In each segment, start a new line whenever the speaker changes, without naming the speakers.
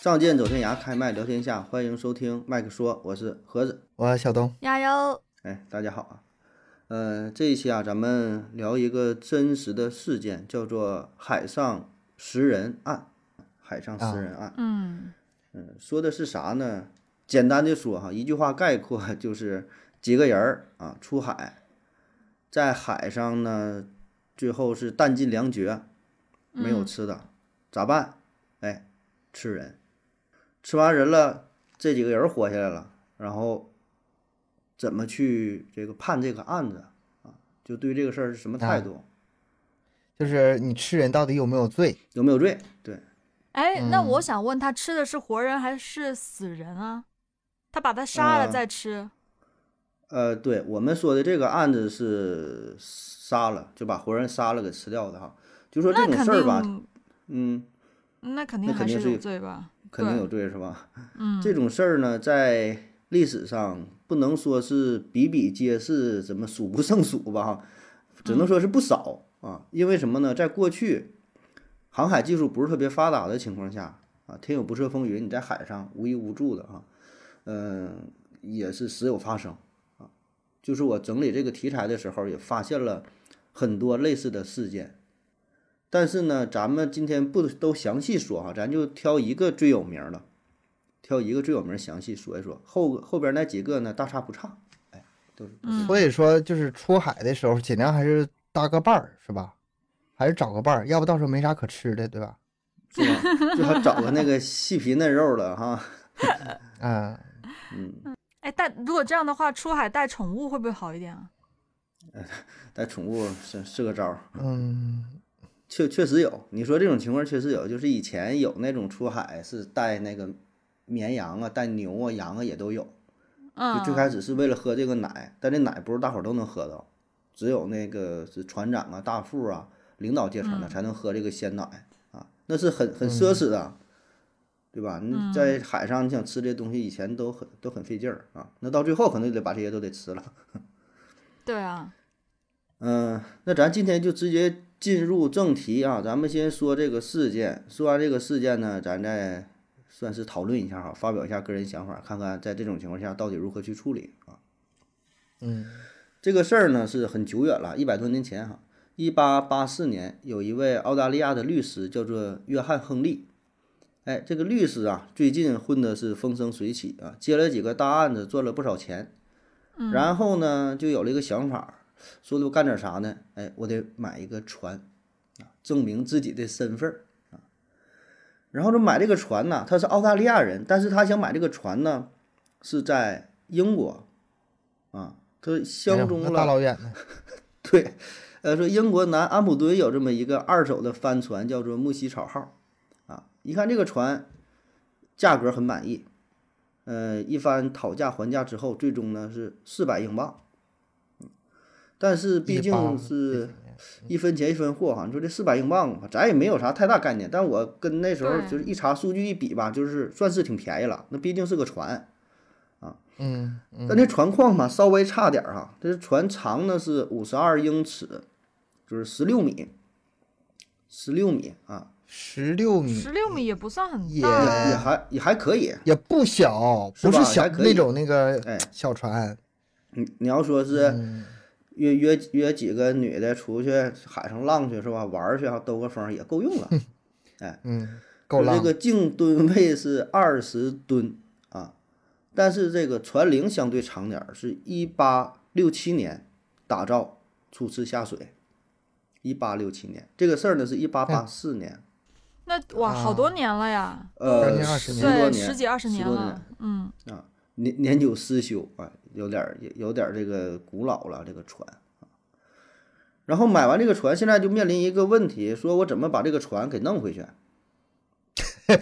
仗剑走天涯，开麦聊天下，欢迎收听麦克说，我是盒子。
我小东，
加油！
哎，大家好啊，呃，这一期啊，咱们聊一个真实的事件，叫做海上食人案。海上食人案，
嗯，
嗯，说的是啥呢？简单的说哈，一句话概括就是几个人儿啊出海，在海上呢，最后是弹尽粮绝，没有吃的，咋办？哎，吃人，吃完人了，这几个人活下来了，然后怎么去这个判这个案子啊？就对这个事儿是什么态
啊
度？
就是你吃人到底有没有罪？
有没有罪？对，
哎，那
嗯
我想问他吃的是活人还是死人啊？他把他杀
嗯
了再吃。
呃，对我们说的这个案子是杀了，就把活人杀了给吃掉的哈。就说这
那
种
肯
事儿吧，
定，
嗯，
那肯
那
定还
肯定是
有
有
罪吧？
肯定
对
有罪是吧？
嗯，
这种事儿呢，在历史上不能说是比比皆是，怎么数不胜数吧哈，只
嗯
能说是不少啊。因为什么呢？在过去，航海技术不是特别发达的情况下啊，天有不测风云，你在海上无依无助的啊，嗯、也是时有发生啊。就是我整理这个题材的时候，也发现了很多类似的事件。但是呢，咱们今天不都详细说哈、咱就挑一个最有名儿的，挑一个最有名儿详细说一说，后后边那几个呢大差不差，哎，都是都是、
嗯
所以说就是出海的时候尽量还是搭个伴儿，是吧？还是找个伴儿，要不到时候没啥可吃的，对吧？
是吧？最好找个那个细皮嫩肉的哈，
啊、
嗯，
哎，但如果这样的话，出海带宠物会不会好一点啊？
带宠物是是个招儿，
嗯，
确确实有。你说这种情况确实有，就是以前有那种出海是带那个绵羊啊、带牛啊、羊啊也都有，
嗯，
就最开始是为了喝这个奶，但这奶不是大伙儿都能喝到，只有那个是船长啊、大副啊、领导阶层的
嗯
才能喝这个鲜奶啊，那是很很奢侈的，对吧？你在海上你想吃这东西，以前都很都很费劲儿啊，那到最后可能就得把这些都得吃了。
对啊，
嗯，那咱今天就直接进入正题啊，咱们先说这个事件，说完这个事件呢，咱再算是讨论一下哈，发表一下个人想法，看看在这种情况下到底如何去处理啊。
嗯，
这个事儿呢是很久远了，一百多年前哈，一八八四年，有一位澳大利亚的律师叫做约翰·亨利。哎，这个律师啊，最近混的是风生水起啊，接了几个大案子，赚了不少钱。然后呢，就有了一个想法，说的干点啥呢？哎，我得买一个船啊，证明自己的身份儿啊。然后就买这个船呢，他是澳大利亚人，但是他想买这个船呢，是在英国啊，他
哎
相
呦
中
那
了
大老远的，
对，呃，说英国南安普敦有这么一个二手的帆船，叫做木西草号，啊，一看这个船价格很满意，呃，一番讨价还价之后，最终呢是四百英镑，嗯但是毕
180
竟是一分钱一分货哈，你说这四百英镑，咱也没有啥太大概念，但我跟那时候
对
就是一查数据一比吧，就是算是挺便宜了，那毕竟是个船，
嗯嗯
但这船况吧，稍微差点儿哈。这船长呢是五十二英尺，就是十六米，十六米啊，
十六米
十六米也不算很
也
大啊。
也还也还可以。
也不小，
是
不
吧
是小
还可以
那种那个
哎
小船，
你你要说是
嗯，
约约约几个女的出去海上浪去是吧？玩儿去哈，兜个风儿也够用了。
嗯，够浪
这，个净吨位是二十吨啊，但是这个船龄相对长点儿，是一八六七年打造，初次下水。一八六七年，这个事儿呢是一八
哎
八四年。
那哇，好多年了呀，
将
呃，
近20
啊十
年
多
对，
年，
十几二十
年
年了，嗯，
年年久失修啊，有点儿有点儿这个古老了，这个船。啊然后买完这个船，现在就面临一个问题，说我怎么把这个船给弄回去？啊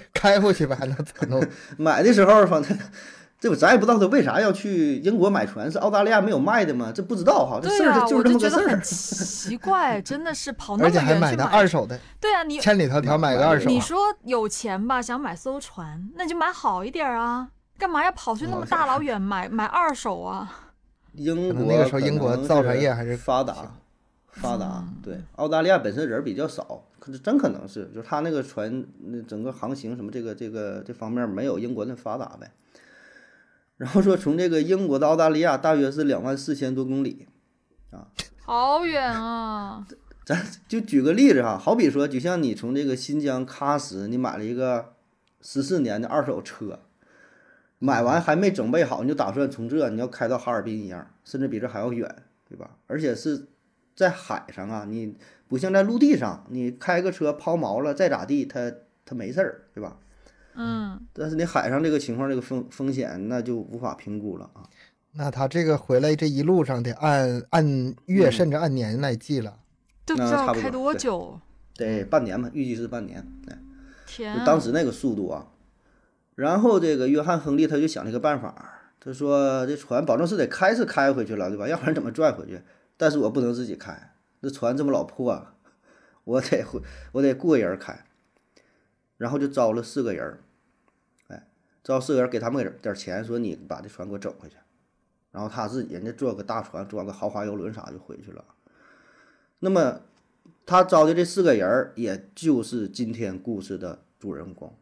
开回去吧，还能咋弄？
买的时候反正 这我咱也不知道他为啥要去英国买船，是澳大利亚没有卖的吗？这不知道哈，这
对
事儿
呀，
它就
我
是这么
就
个
觉
事
得很
儿。
奇怪，真的是
哦
跑那
而
么
且还
远
买
去
的二
买。
手的，
对啊，你
千里迢迢买个二手
你
啊，
说有钱吧，想买艘船，那你就买好一点儿啊，干嘛要跑去
哦
那么大 老远买买二手啊？
英
可
国
能那个时候英国
可能
造船业还是
发
行
嗯
达，发达。对，澳大利亚本身人比较少，可是真可能是，就是他那个船那整个航行什么这个这个这方面没有英国那发达呗。然后说从这个英国到澳大利亚大约是两万四千多公里，
好远啊！
咱就举个例子哈，好比说，就像你从这个新疆喀什，你买了一个十四年的二手车，买完还没整备好，你就打算从这你要开到哈尔滨一样，甚至比这还要远，对吧？而且是在海上啊，你不像在陆地上，你开个车抛锚了再咋地，它它没事儿，对吧？
嗯，
但是你海上这个情况，这个风风险那就无法评估了啊。
那他这个回来这一路上得按按
嗯
月甚至按年来计了。
都不知
那差
道
不
开
多
多
对
久。
得半年吧，预计是半年。哎
天
就
啊，
当时那个速度啊。然后这个约翰·亨利他就想了一个办法儿，他说这船保证是得开是开回去了，对吧？要不然怎么拽回去？但是我不能自己开，这船这么老破、啊我得回，我得雇个人儿开。然后就招了四个人儿，哎，招四个人儿给他们点儿点儿钱，说你把这船给我整回去。然后他自己人家坐个大船，坐个豪华游轮啥就回去了。那么他招的这四个人儿，也就是今天故事的主人公，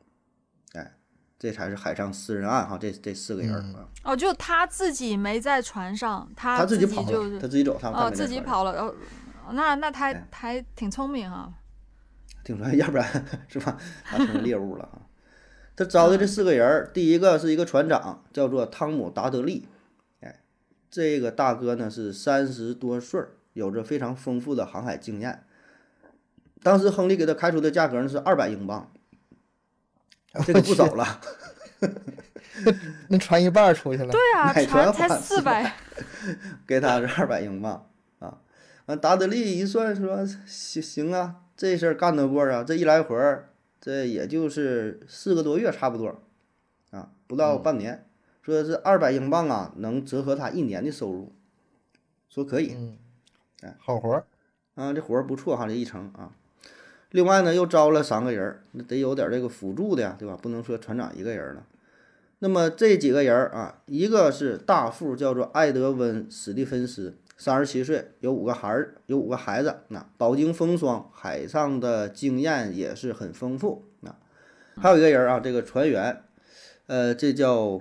哎，这才是海上私人案哈，这这四个人儿啊，
哦，就他自己没在船上，他
他
自
己跑了，
就是
他自己走，他们
哦
他
自己，跑了，哦，那那他
哎
还挺聪明 啊。
听说要不然 是吧，他成猎物了啊。他招的这四个人儿，第一个是一个船长，叫做汤姆·达德利，哎，这个大哥呢是三十多岁儿，有着非常丰富的航海经验。当时亨利给他开出的价格呢是二百英镑，这个不少了。
那船一半儿出去了。
对啊，
买船
船才
花
四百，
给他是二百英镑啊。完，达德利一算说行行啊，这事儿干得过啊，这一来回儿，这也就是四个多月差不多，啊，不到半年。说这二百英镑啊，能折合他一年的收入，说可以。
嗯
哎，
好活儿。
啊，这活儿不错哈，这一层啊。另外呢，又招了三个人儿，那得有点儿这个辅助的呀，对吧？不能说船长一个人儿了。那么这几个人儿啊，一个是大副，叫做艾德温·史蒂芬斯，三十七岁，有五个孩儿，有五个孩子，那饱经风霜，海上的经验也是很丰富。那还有一个人儿啊，这个船员，呃，这叫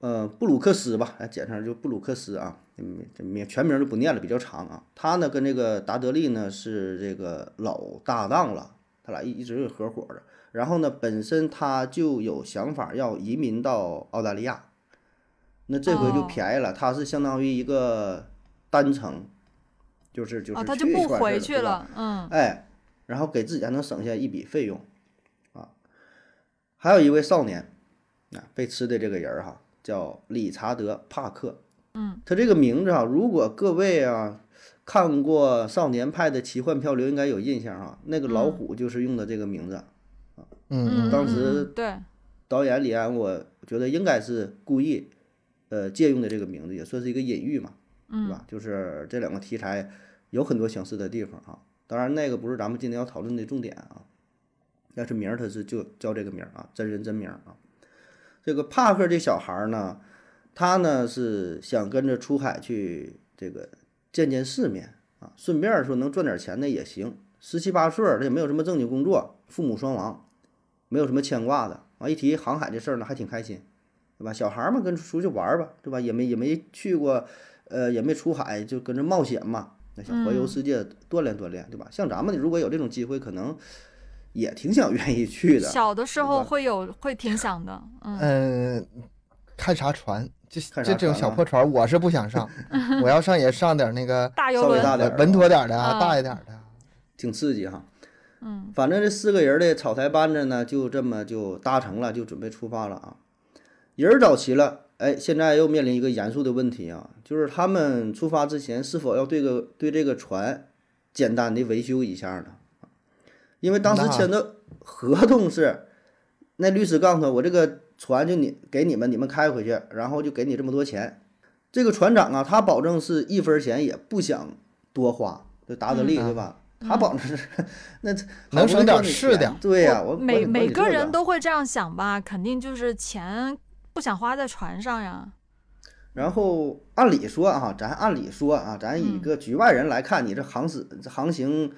呃布鲁克斯吧，哎，简称就布鲁克斯啊，嗯，这名全名就不念了，比较长啊。他呢跟这个达德利呢是这个老搭档了，他俩一一直是合伙的。然后呢，本身他就有想法要移民到澳大利亚，那这回就
哦
便宜了，他是相当于一个单程，就是就是
哦，他就
去一
不
块儿
回
去
去
了对吧，
了，嗯，
哎，然后给自己还能省下一笔费用，啊，还有一位少年，啊，被吃的这个人儿哈，叫理查德·帕克，
嗯，
他这个名字哈，如果各位啊看过《少年派的奇幻漂流》，应该有印象啊，那个老
嗯
虎就是用的这个名字，
嗯
当
嗯
时
嗯对，
导演李安，我觉得应该是故意，呃，借用的这个名字，也算是一个隐喻嘛，对
嗯
吧？就是这两个题材有很多相似的地方啊。当然，那个不是咱们今天要讨论的重点啊，但是名儿他是就叫这个名儿啊，真人真名儿啊。这个帕克这小孩儿呢，他呢是想跟着出海去这个见见世面啊，顺便儿说能赚点钱呢也行。十七八岁儿，他也没有什么正经工作，父母双亡，没有什么牵挂的。完一提航海这事儿呢，还挺开心，对吧？小孩儿嘛，跟出去玩儿吧，对吧？也没也没去过，呃，也没出海，就跟着冒险嘛。那想环游世界锻炼锻炼，对吧？像咱们如果有这种机会，可能也挺想愿意去的。
小的时候
吧
会有会挺 想的，嗯，
嗯，看啥船？就
看
就
啥
这种
船
小
啊
破船，我是不想上。 我要上也上点儿那个
大游
稍微
轮
大点
呃
儿
稳妥点儿的啊，
啊
大一点儿的。
挺刺激哈。嗯，反正这四个人的草台班子呢，就这么就搭成了，就准备出发了啊。人儿找齐了，哎，现在又面临一个严肃的问题啊，就是他们出发之前是否要对个对这个船简单的维修一下呢？因为当时
那
签的合同是，那律师告诉他，我这个船就你给你们，你们开回去，然后就给你这么多钱。这个船长啊，他保证是一分钱也不想多花，就达德利、
嗯
对吧？他保证是 那
能省点儿是点儿
的，对呀、
我
我
每每个人
都。
都会这样想吧，肯定就是钱不想花在船上呀，
然后按理说啊，咱按理说啊，咱以一个局外人来看，你这航死航行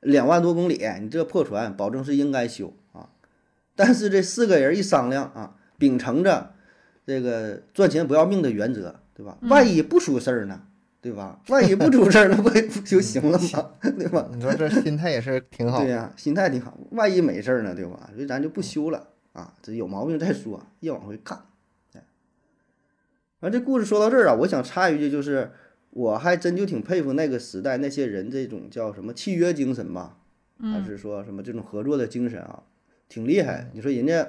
两万多公里，你这破船保证是应该修啊。但是这四个人一商量啊，秉承着这个赚钱不要命的原则，对吧？万一不出事儿呢，对吧？万一不出事儿，那不不就行了吗？ 对吧？
你说这心态也是挺好
对，呀、心态挺好。万一没事儿呢，对吧？所以咱就不修了啊，这有毛病再说，越往回看。哎，完这故事说到这儿啊，我想插一句，就是我还真就挺佩服那个时代那些人这种叫什么契约精神吧，还是说什么这种合作的精神啊，挺厉
嗯
害。你说人家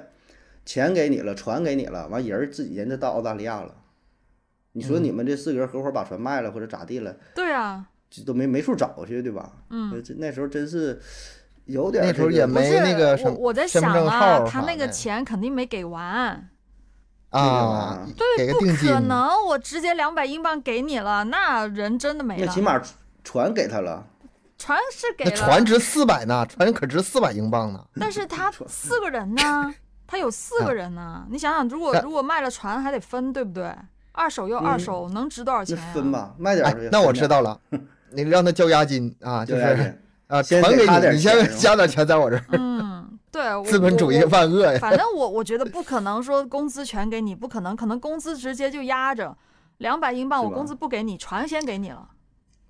钱给你了，船给你了，完人儿自己人家到澳大利亚了，你
嗯
说你们这四个人合伙把船卖了或者咋地了，
对啊，
这都没没处找去，对吧？嗯，这那时候真是有点儿
那时候
这
也
个
没
不是
那个什
我
么
我在
身份
想
证
啊
号，
他
啥
那个
的
钱肯定没给完，
啊，给
对，
个
不
定金
可，能，我直接两百英镑给你了，那人真的没
那
了
起，码船给他了，
船是给
那
了，
船值四百呢，船可值四百英镑呢。
但是他
船
四个人 呢，他有四个人呢，你想想，如果
啊那嗯
如果卖了船还得分，对不对？二手又二手，能值多少
那
钱啊呀？
分吧，卖点
哎
儿就，
那我
分
知
点
道了，你让他交押金啊，
儿，
就
就押
是
金
啊，
先
传
给
给
他点
你，你先
钱
加点钱在我这儿。
嗯， 对，我
资本主义
我
万恶 呀！
反正我我觉得不可能说工资全给你，不可能，可能工资直接就压着两百英镑，
是
我
吧
工资不给你，船先给你了，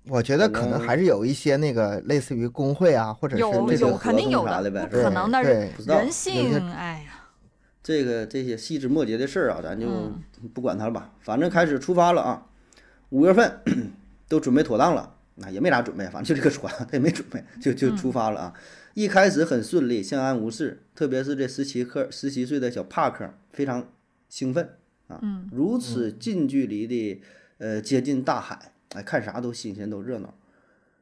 我觉得可能
嗯
还是有一些那个类似于工会啊，或者是
有
那
这
有
个
种
肯定
合
有
同啥的呗
不
是
可
吧
能的
对
不知道
人
有些
性，哎呀，
这个这些细枝末节的事儿啊，咱就
嗯
不管它了吧。反正开始出发了啊，五月份 都准备妥当了，那也没啥准备，反正就这个船， 他也没准备，就
嗯
就出发了啊。一开始很顺利，相安无事，特别是这十七克十七岁的小帕克非常兴奋啊，
嗯
如此近距离的呃接近大海，哎，看啥都新鲜都热闹。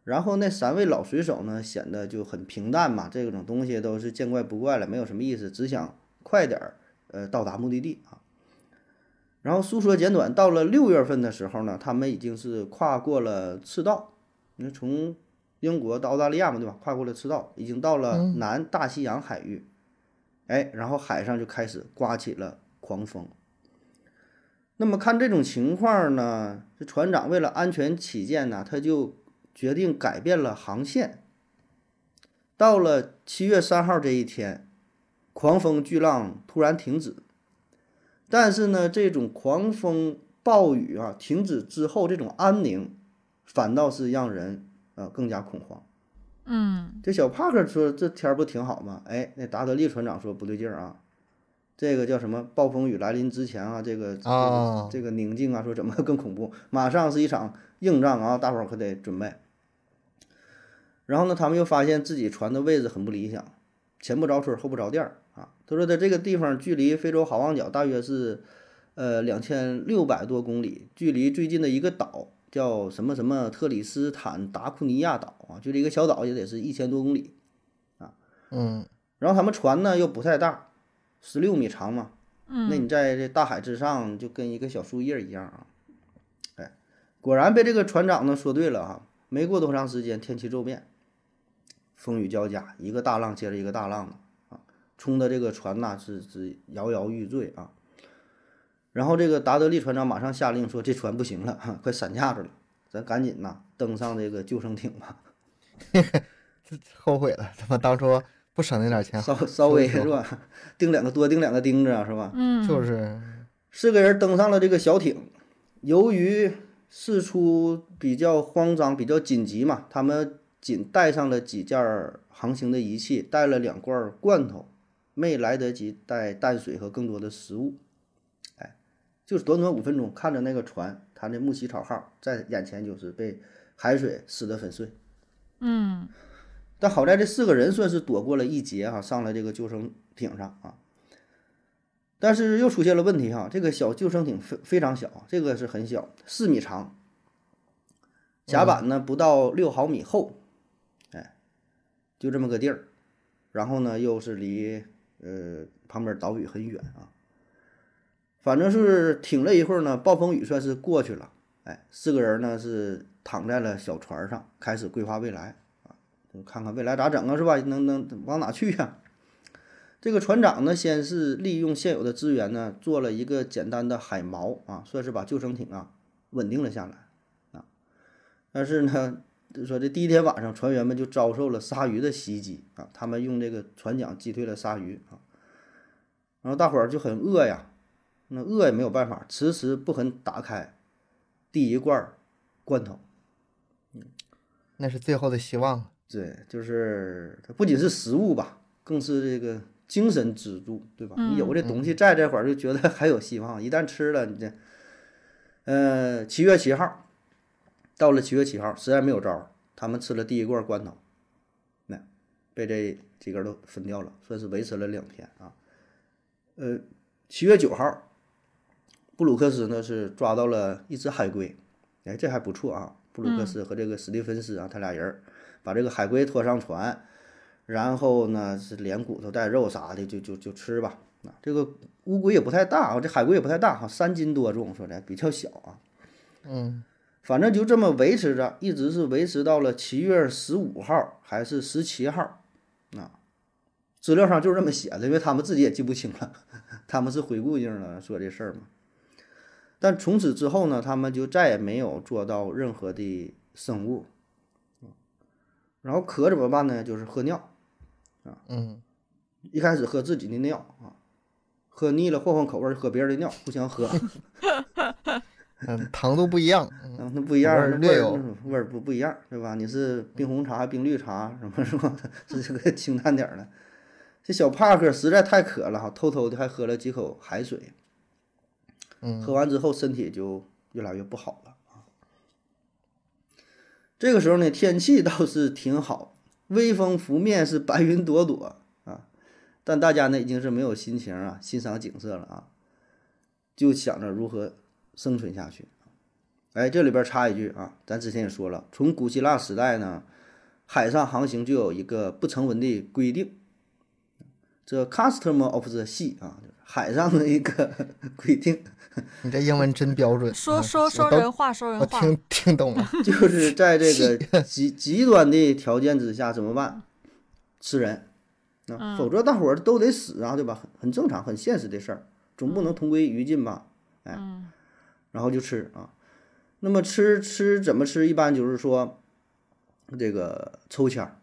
然后那三位老水手呢，显得就很平淡嘛，这种东西都是见怪不怪了，没有什么意思，只想快点儿呃到达目的地啊。然后诉说简短，到了六月份的时候呢，他们已经是跨过了赤道，因为从英国到澳大利亚嘛，对吧？跨过了赤道，已经到了
嗯
南大西洋海域。哎，然后海上就开始刮起了狂风。那么看这种情况呢，这船长为了安全起见呢，他就决定改变了航线。到了七月三号这一天，狂风巨浪突然停止，但是呢，这种狂风暴雨啊停止之后，这种安宁反倒是让人呃更加恐慌。
嗯，
这小帕克说这天儿不挺好吗？哎，那达德利船长说不对劲儿啊，这个叫什么？暴风雨来临之前啊，这个这个、
啊
这个宁静啊，说怎么更恐怖？马上是一场硬仗啊，大伙儿可得准备。然后呢，他们又发现自己船的位置很不理想，前不着村儿后不着店儿啊。他说的这个地方距离非洲好望角大约是呃两千六百多公里，距离最近的一个岛叫什么什么特里斯坦达库尼亚岛啊，距离一个小岛也得是一千多公里。
嗯，
然后他们船呢又不太大，十六米长嘛，
嗯
那你在这大海之上就跟一个小树叶一样啊。哎，果然被这个船长呢说对了哈、啊没过多长时间，天气骤变，风雨交加，一个大浪接着一个大浪的啊，冲的这个船呐是是摇摇欲坠啊。然后这个达德利船长马上下令说：“这船不行了，哈快散架子了，咱赶紧呐登上这个救生艇吧。”
后悔了，他妈当初不省那点钱好，
稍稍微
啊说一
是
说
吧，钉两个多钉两个钉子啊，是吧？
嗯，
就是
四个人登上了这个小艇，由于事出比较慌张、比较紧急嘛，他们仅带上了几件儿航行的仪器，带了两罐罐头，没来得及带淡水和更多的食物。哎，就是短短五分钟，看着那个船，他那木樨草号在眼前就是被海水撕得粉碎。
嗯
但好在这四个人算是躲过了一劫哈、上了这个救生艇上啊。但是又出现了问题哈、这个小救生艇非非常小，这个是很小，四米长，甲板呢不到六毫米厚，哎，就这么个地儿。然后呢，又是离呃旁边岛屿很远啊。反正是挺了一会儿呢，暴风雨算是过去了。哎，四个人呢是躺在了小船上，开始规划未来。就看看未来咋整啊，是吧？能能往哪去呀、啊这个船长呢，先是利用现有的资源呢，做了一个简单的海锚啊，算是把救生艇啊稳定了下来啊。但是呢，说这第一天晚上，船员们就遭受了鲨鱼的袭击啊，他们用这个船桨击退了鲨鱼啊。然后大伙儿就很饿呀，那饿也没有办法，迟迟不肯打开第一罐儿罐头。
那是最后的希望。
对，就是它不仅是食物吧，更是这个精神支柱，对吧？你有这东西在这会儿，就觉得还 有希望。一旦吃了，你这，呃，七月七号，到了七月七号，实在没有招儿，他们吃了第一罐罐头，那被这几个人都分掉了，算是维持了两天啊。呃，七月九号，布鲁克斯呢是抓到了一只海龟，哎，这还不错啊。布鲁克斯和这个史蒂芬斯啊，他俩人儿把这个海龟拖上船，然后呢是连骨头带肉啥的就就就吃吧。啊，这个乌龟也不太大啊，这海龟也不太大哈、三斤多重，说的比较小啊。
嗯，
反正就这么维持着，一直是维持到了七月十五号还是十七号，啊，资料上就这么写的，因为他们自己也记不清了， 他们是回顾性的说这事儿嘛。但从此之后呢，他们就再也没有做到任何的生物。然后渴怎么办呢？就是喝尿，
嗯，
一开始喝自己的尿啊，喝腻了换换口味儿，喝别人的尿，互相喝。
嗯，糖度不一样。嗯
啊，那不一样
味
儿，
儿
那
略
味儿
有
嗯味儿不不一样儿，对吧？你是冰红茶、冰绿茶什么什么， 是这个清淡点儿的。这小帕克实在太渴了哈，偷偷的还喝了几口海水，喝
嗯
完之后身体就越来越不好了啊。这个时候呢，天气倒是挺好，微风拂面是白云朵朵啊，但大家呢已经是没有心情啊欣赏景色了啊，就想着如何生存下去。哎，这里边插一句啊，咱之前也说了，从古希腊时代呢，海上航行就有一个不成文的规定，这 custom of the sea 啊，就是海上的一个 规定。
你这英文真标
呃
准。
说
啊
嗯
说说
我都
人话，说人
我
话，
听听懂了。
就是在这个极极端的条件之下怎么办？吃人啊，否则大伙儿都得死啊，对吧？很很正常，很现实的事儿，总不能同归于尽吧？哎，然后就吃啊。那么吃吃怎么吃？一般就是说，这个抽签儿，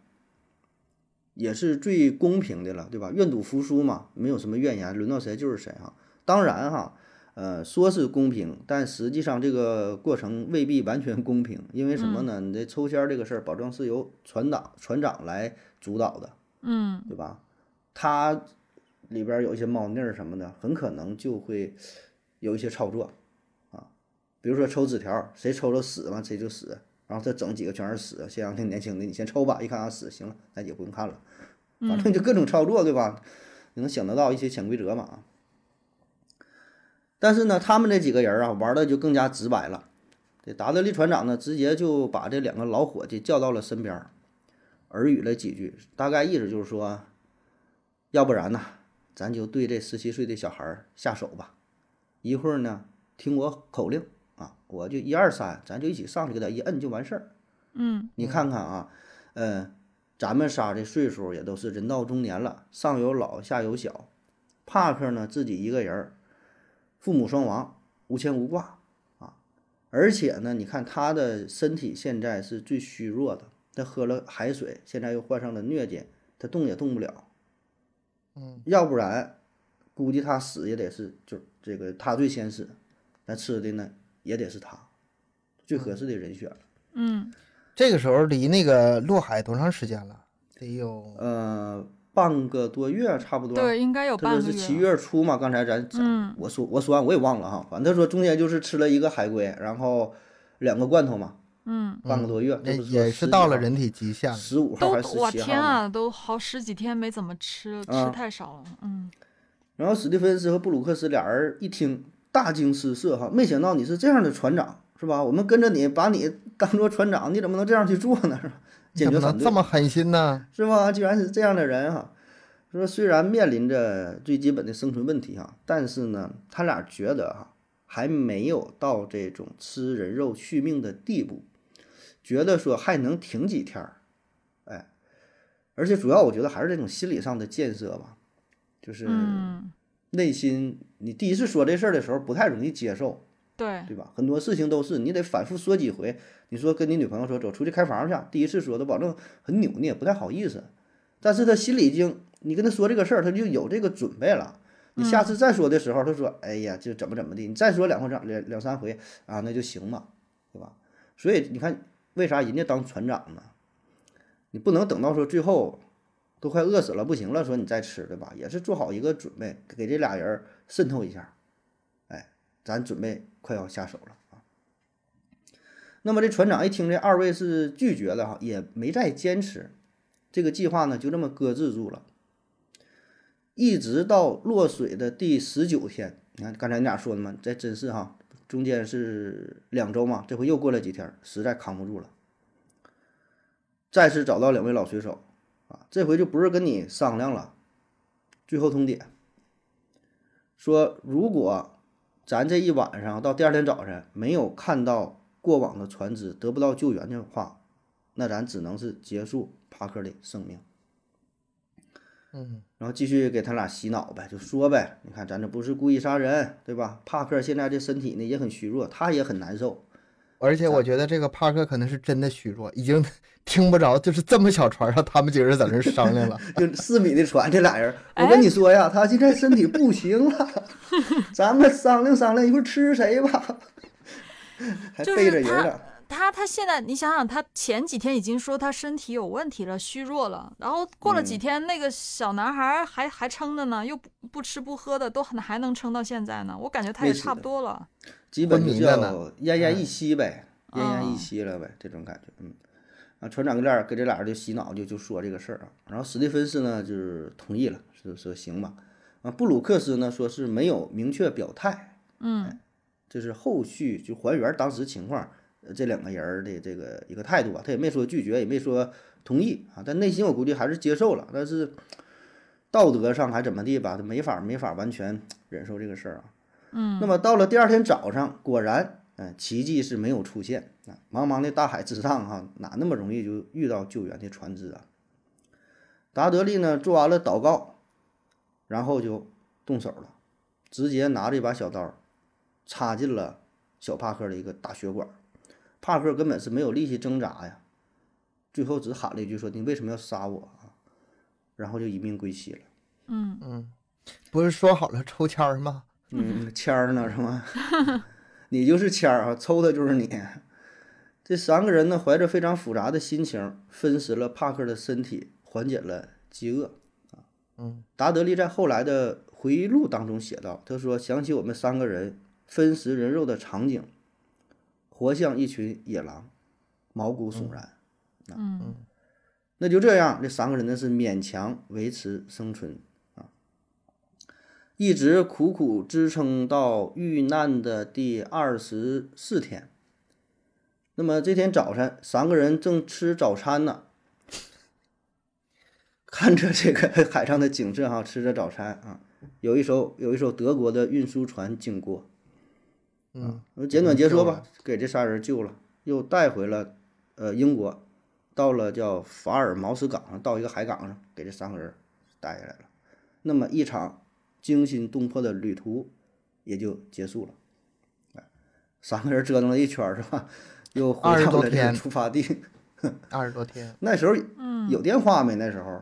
也是最公平的了，对吧？愿赌服输嘛，没有什么怨言，轮到谁就是谁哈、当然哈、呃，说是公平，但实际上这个过程未必完全公平，因为什么呢？你这抽签儿这个事儿，保证是由船长船长来主导的，
嗯，
对吧？他里边儿有一些猫腻儿什么的，很可能就会有一些操作啊，比如说抽纸条儿，谁抽着死完谁就死，然后再整几个全是死，先让那年轻的你先抽吧，一看啊死，行了，那也不用看了，反正就各种操作，对吧？你能想得到一些潜规则嘛啊。但是呢，他们这几个人啊，玩的就更加直白了。这达德利船长呢，直接就把这两个老伙计叫到了身边儿，耳语了几句，大概意思就是说，要不然呢，咱就对这十七岁的小孩儿下手吧。一会儿呢，听我口令啊，我就一二三，咱就一起上去给他一摁就完事儿。
嗯，
你看看啊，嗯，咱们仨这岁数也都是人到中年了，上有老下有小。帕克呢自己一个人儿，父母双亡，无牵无挂啊。而且呢，你看他的身体现在是最虚弱的，他喝了海水，现在又患上了疟疾，他动也动不了。
嗯，
要不然估计他死也得是就这个他最先死，咱吃的呢也得是他，最合适的人选。
嗯，
这个时候离那个落海多长时间了？得有
呃，半个多月差不多。
对，应该有
这
半
就
个
是
月了。
七月初嘛，刚才咱讲，
嗯
我说我说完我也忘了哈，反正他说中间就是吃了一个海龟，然后两个罐头嘛，
嗯，
半个多月，
那
这
也是到了人体极限了。
十五
都
号还是十
我
七号
天
嘛？
啊，都好十几天没怎么吃了，
啊
吃太少了。嗯
然后史蒂芬斯和布鲁克斯俩人一听大惊失色哈，没想到你是这样的船长是吧？我们跟着你，把你当做船长，你怎么能这样去做呢？是吧？
你
坚
怎
决
么
反
能
对
这。么狠心呢？
是吧？居然是这样的人哈、说虽然面临着最基本的生存问题哈、但是呢，他俩觉得哈、还没有到这种吃人肉续命的地步，觉得说还能挺几天儿，哎，而且主要我觉得还是这种心理上的建设吧，就是
嗯
内心你第一次说这事儿的时候不太容易接受，
对，
对吧？很多事情都是你得反复说几回。你说跟你女朋友说走出去开房去啊，第一次说的保证很扭捏，不太好意思，但是她心里已经你跟她说这个事儿，她就有这个准备了。你下次再说的时候，她说哎呀就怎么怎么地，你再说两回两两两三回啊，那就行嘛，对吧？所以你看为啥人家当船长呢？你不能等到说最后都快饿死了不行了，说你再吃对吧？也是做好一个准备，给这俩人儿渗透一下。咱准备快要下手了啊。那么这船长一听这二位是拒绝了哈，也没再坚持，这个计划呢就这么搁置住了。一直到落水的第十九天，你看刚才你俩说的嘛，这真是哈，中间是两周嘛，这回又过了几天，实在扛不住了，再次找到两位老水手啊，这回就不是跟你商量了，最后通牒，说如果咱这一晚上到第二天早晨没有看到过往的船只，得不到救援的话，那咱只能是结束帕克的生命，
嗯，
然后继续给他俩洗脑呗，就说呗，你看咱这不是故意杀人，对吧？帕克现在这身体呢也很虚弱，他也很难受，
而且我
啊
觉得这个帕克可能是真的虚弱，已经 听不着，就是这么小船上他们几个人在那儿商 量了。
就四米的船，这俩 人，
哎
我跟你说呀，他现在身体不行了，咱们商量商量，一会儿吃谁吧，还
就
背
是
着人
他
了。
他他现在你想想，他前几天已经说他身体有问题了，虚弱了，然后过了
嗯
几天，那个小男孩还还撑着呢，又不不吃不喝的，都还还能撑到现在呢。我感觉他也
没死
差不多了。
基本就
昏迷了
叫
呢哦
奄奄一息呗，奄
嗯
奄一息了呗，这种感觉，嗯，啊，船长跟这儿给这俩人就洗脑，就就说这个事儿啊，然后史蒂芬斯呢就是同意了，说说行吧，啊，布鲁克斯呢说是没有明确表态，
嗯
这是后续就还原当时情况，呃这两个人儿的这个一个态度啊，他也没说拒绝，也没说同意啊，但内心我估计还是接受了，但是道德上还怎么地吧，他没法没法完全忍受这个事儿啊。
嗯，
那么到了第二天早上，果然，嗯、奇迹是没有出现啊！茫茫的大海之上，哈、哪那么容易就遇到救援的船只啊？达德利呢，做完了祷告，然后就动手了，直接拿着一把小刀，插进了小帕克的一个大血管。帕克根本是没有力气挣扎呀，最后只喊了一句说：“你为什么要杀我啊？”然后就一命归西了。
嗯，
嗯，不是说好了抽签儿吗？
嗯，签儿呢是吗？ 你就是签儿啊，抽的就是你。这三个人呢，怀着非常复杂的心情，分食了帕克的身体，缓解了饥饿。啊
嗯，
达德利在后来的回忆录当中写道：“他说，想起我们三个人分食人肉的场景，活像一群野狼，毛骨悚然。啊
嗯
那就这样，这三个人呢是勉强维持生存啊，一直苦苦支撑到遇难的第二十四天。那么这天早晨，三个人正吃早餐呢，看着这个海上的景色哈，吃着早餐啊，有一艘有一艘德国的运输船经过，
嗯，
呃简短截说吧，给这仨人救了，又带回了呃英国，到了叫法尔茅斯港上，到一个海港上，给这三个人带下来了。那么一场惊心动魄的旅途也就结束了。哎，三个人折腾了一圈儿是吧？又回
20
到
多
了这个
天
出发地。啊
二十多天
那时候
嗯，
有电话没？那时候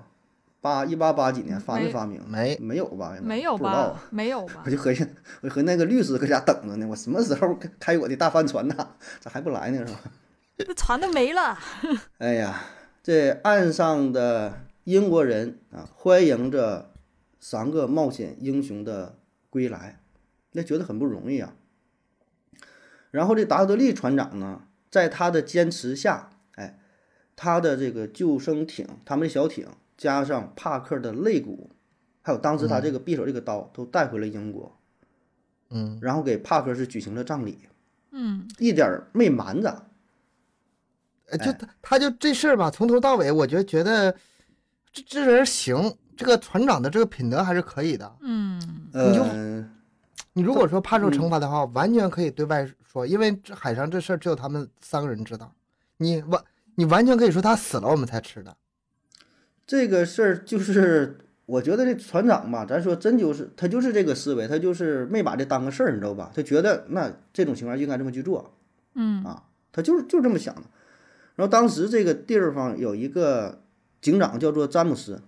八一八八几年发没
没
发明？
没
没有吧？应该
没有
不知道啊
吧？没有 吧
我？就合计，我就和那个律师搁家等着呢，我什么时候开我的大帆船呐？ 咋还不来呢？是吧？
那船都没了。
哎呀，这岸上的英国人啊，欢迎着三个冒险英雄的归来，那觉得很不容易啊。然后这达德利船长呢，在他的坚持下，哎，他的这个救生艇，他们的小艇，加上帕克的肋骨，还有当时他这个匕首这个刀，都带回了英国。
嗯，
然后给帕克是举行了葬礼，
嗯，
一点儿没瞒着。哎
呃就他他就这事儿吧，从头到尾，我就觉得这这人行，这个船长的这个品德还是可以的。
嗯，
你就
呃，
你如果说怕受
嗯
惩罚的话，完全可以对外说，因为这海上这事儿只有他们三个人知道。你完，你完全可以说他死了我们才吃的。
这个事儿就是我觉得这船长吧，咱说真就是他就是这个思维，他就是没把这当个事儿，你知道吧？他觉得那这种情况就应该这么去做，
嗯
啊，他就是就这么想的。然后当时这个地方有一个警长叫做詹姆斯，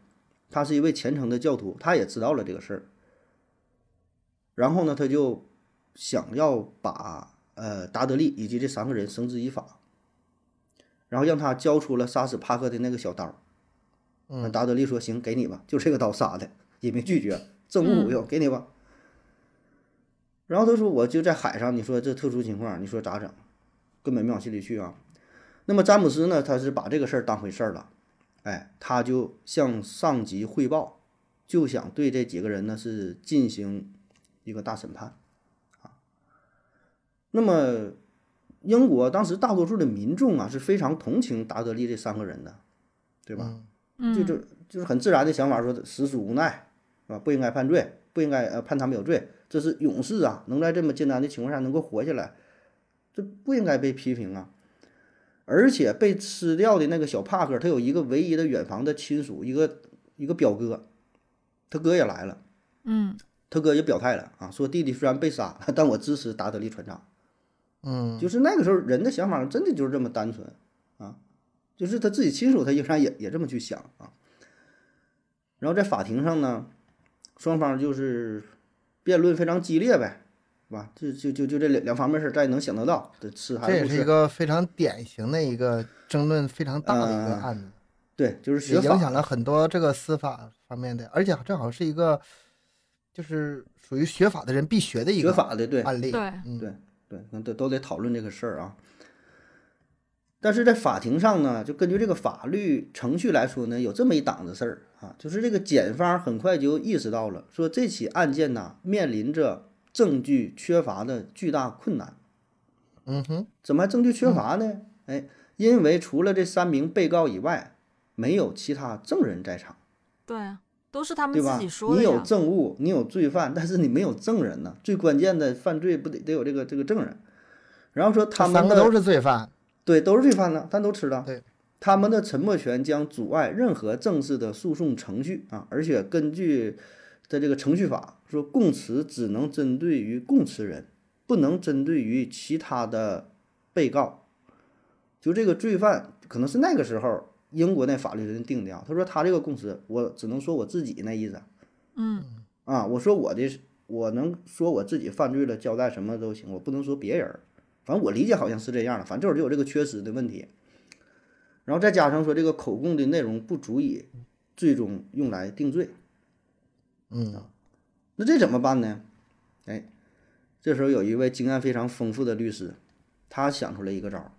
他是一位虔诚的教徒，他也知道了这个事儿。然后呢，他就想要把呃达德利以及这三个人绳之以法，然后让他交出了杀死帕克的那个小刀。那
嗯
达德利说：“行，给你吧，就这个刀杀的，也没拒绝，证物无用，给你吧。”然后他说：“我就在海上，你说这特殊情况，你说咋整？根本没往心里去啊。”那么詹姆斯呢，他是把这个事儿当回事儿了，哎，他就向上级汇报，就想对这几个人呢是进行一个大审判啊。那么，英国当时大多数的民众啊是非常同情达德利这三个人的，对吧？
嗯
就
嗯，
就就是很自然的想法，说实属无奈，啊，不应该判罪，不应该呃判他们有罪，这是勇士啊，能在这么艰难的情况下能够活下来，这不应该被批评啊。而且被吃掉的那个小帕克，他有一个唯一的远房的亲属，一个一个表哥，他哥也来了，
嗯
他哥也表态了啊，说弟弟虽然被杀了，但我支持达德利船长。
嗯，
就是那个时候人的想法真的就是这么单纯啊，就是他自己亲属他应该也也这么去想啊。然后在法庭上呢，双方就是辩论非常激烈呗，是吧？就就就就这两两方面事儿，咱也能想得到，这吃还
这
是
也
不
是一
吃？
个非常典型的一个争论非常大的一个
嗯
案子，
对，就是
也
学
影
法
响了很多这个司法方面的，而且正好是一个就是属于学法的人必学的一
学
个
法的，对
案例。
对
嗯
对对，那都都得讨论这个事儿啊。但是在法庭上呢，就根据这个法律程序来说呢，有这么一档子事儿啊，就是这个检方很快就意识到了，说这起案件呐面临着证据缺乏的巨大困难。
嗯哼，嗯
怎么还证据缺乏呢？哎，因为除了这三名被告以外，没有其他证人在场，
对啊，都是他们
对
自
吧
己？说
你
的
有
呀。
证物，你有罪犯，但是你没有证人呢。最关键的犯罪不得得有这个这个证人。然后说他
这
们
三个
的
都是罪犯。
对，都是罪犯呢，但都吃了。
对，
他们的沉默权将阻碍任何正式的诉讼程序啊！而且根据的这个程序法说，供词只能针对于供词人，不能针对于其他的被告。就这个罪犯，可能是那个时候英国那法律人定的啊。他说他这个供词，我只能说我自己那意思
嗯
啊，我说我的是，我能说我自己犯罪了，交代什么都行，我不能说别人儿。反正我理解好像是这样的，反正就是有这个缺失的问题。然后再加上说这个口供的内容不足以最终用来定罪，
嗯
那这怎么办呢？哎，这时候有一位经验非常丰富的律师，他想出来一个招儿，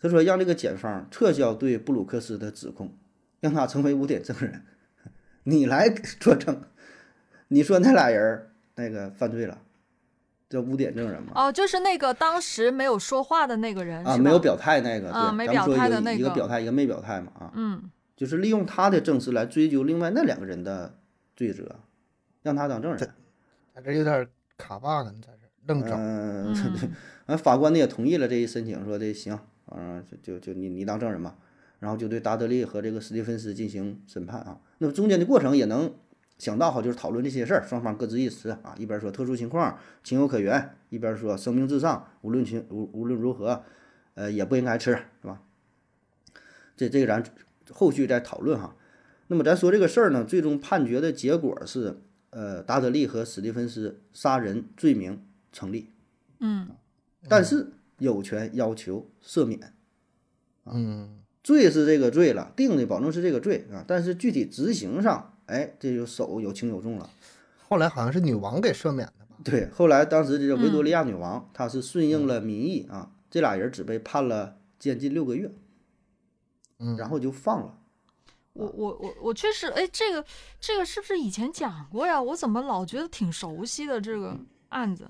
他说让这个检方撤销对布鲁克斯的指控，让他成为污点证人， 你来作证，你说那俩人儿那个犯罪了，这污点证人嘛。
哦，就是那个当时没有说话的那个人
啊，
是吧
没有表态那个，
啊没
对，咱们
表
说
态的
有
那
一个
个
表态，一个没表态嘛，啊，
嗯
就是利用他的证词来追究另外那两个人的罪责，让他当证人。
在这有点卡 bug 呢，在这儿愣整。
嗯，
嗯
完法官呢也同意了这一申请，说的行，嗯、就就就你你当证人吧，然后就对达德利和这个史蒂芬斯进行审判啊。那么中间的过程也能想到哈，就是讨论这些事儿，双方各执一词啊，一边说特殊情况情有可原，一边说生命至上，无论情无无论如何，呃也不应该吃，是吧？这这个咱后续再讨论哈。那么咱说这个事儿呢，最终判决的结果是，呃，达德利和史蒂芬斯杀人罪名成立。
嗯
但是有权要求赦免，
嗯
罪是这个罪了，定的保证是这个罪啊，但是具体执行上，哎，这就手有轻有重了。
后来好像是女王给赦免的吧？
对，后来当时这个维多利亚女王，她是顺应了民意啊，这俩人只被判了监禁六个月，
嗯
然后就放了。嗯
我我我我确实，哎，这个这个是不是以前讲过呀？我怎么老觉得挺熟悉的这
嗯
个案子，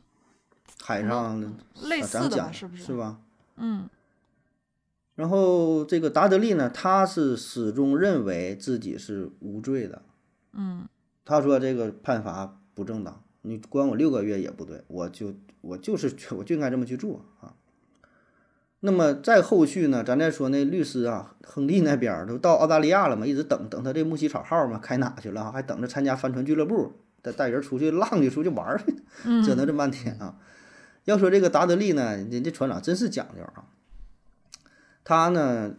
海上啊
类似
咱
的吧？
讲
是不
是
是？
吧？
嗯
然后这个达德利呢，他是始终认为自己是无罪的，
嗯
他说这个判罚不正当，你关我六个月也不对，我就我就是我就应该这么去做啊。那么再后续呢，咱再说那律师啊，亨利那边儿都到澳大利亚了嘛，一直等等他这木西草号嘛开哪去了啊，还等着参加帆船俱乐部，带带人出去浪去，出去玩儿去，
嗯
折腾这么半天啊。要说这个达德利呢，人家船长真是讲究啊，他呢